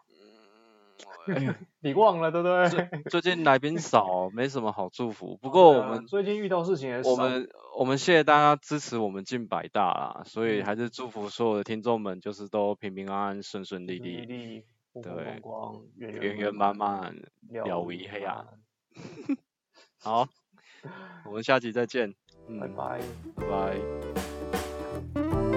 [SPEAKER 1] 哎
[SPEAKER 2] 你忘了对不对？
[SPEAKER 1] 最近来宾少，没什么好祝福。不过我
[SPEAKER 2] 对啊
[SPEAKER 1] 们
[SPEAKER 2] 最近遇到事情也少
[SPEAKER 1] 我们我们谢谢大家支持我们进百大啦，所以
[SPEAKER 2] 嗯
[SPEAKER 1] 还是祝福所有的听众们，就是都平平安安、顺顺利
[SPEAKER 2] 顺利
[SPEAKER 1] 利、
[SPEAKER 2] 利，风风光
[SPEAKER 1] 对
[SPEAKER 2] 光，圆
[SPEAKER 1] 圆圆满，满。了
[SPEAKER 2] 了
[SPEAKER 1] 无遗憾
[SPEAKER 2] 憾。
[SPEAKER 1] 好，我们下期再见，嗯，
[SPEAKER 2] 拜拜。
[SPEAKER 1] 拜拜。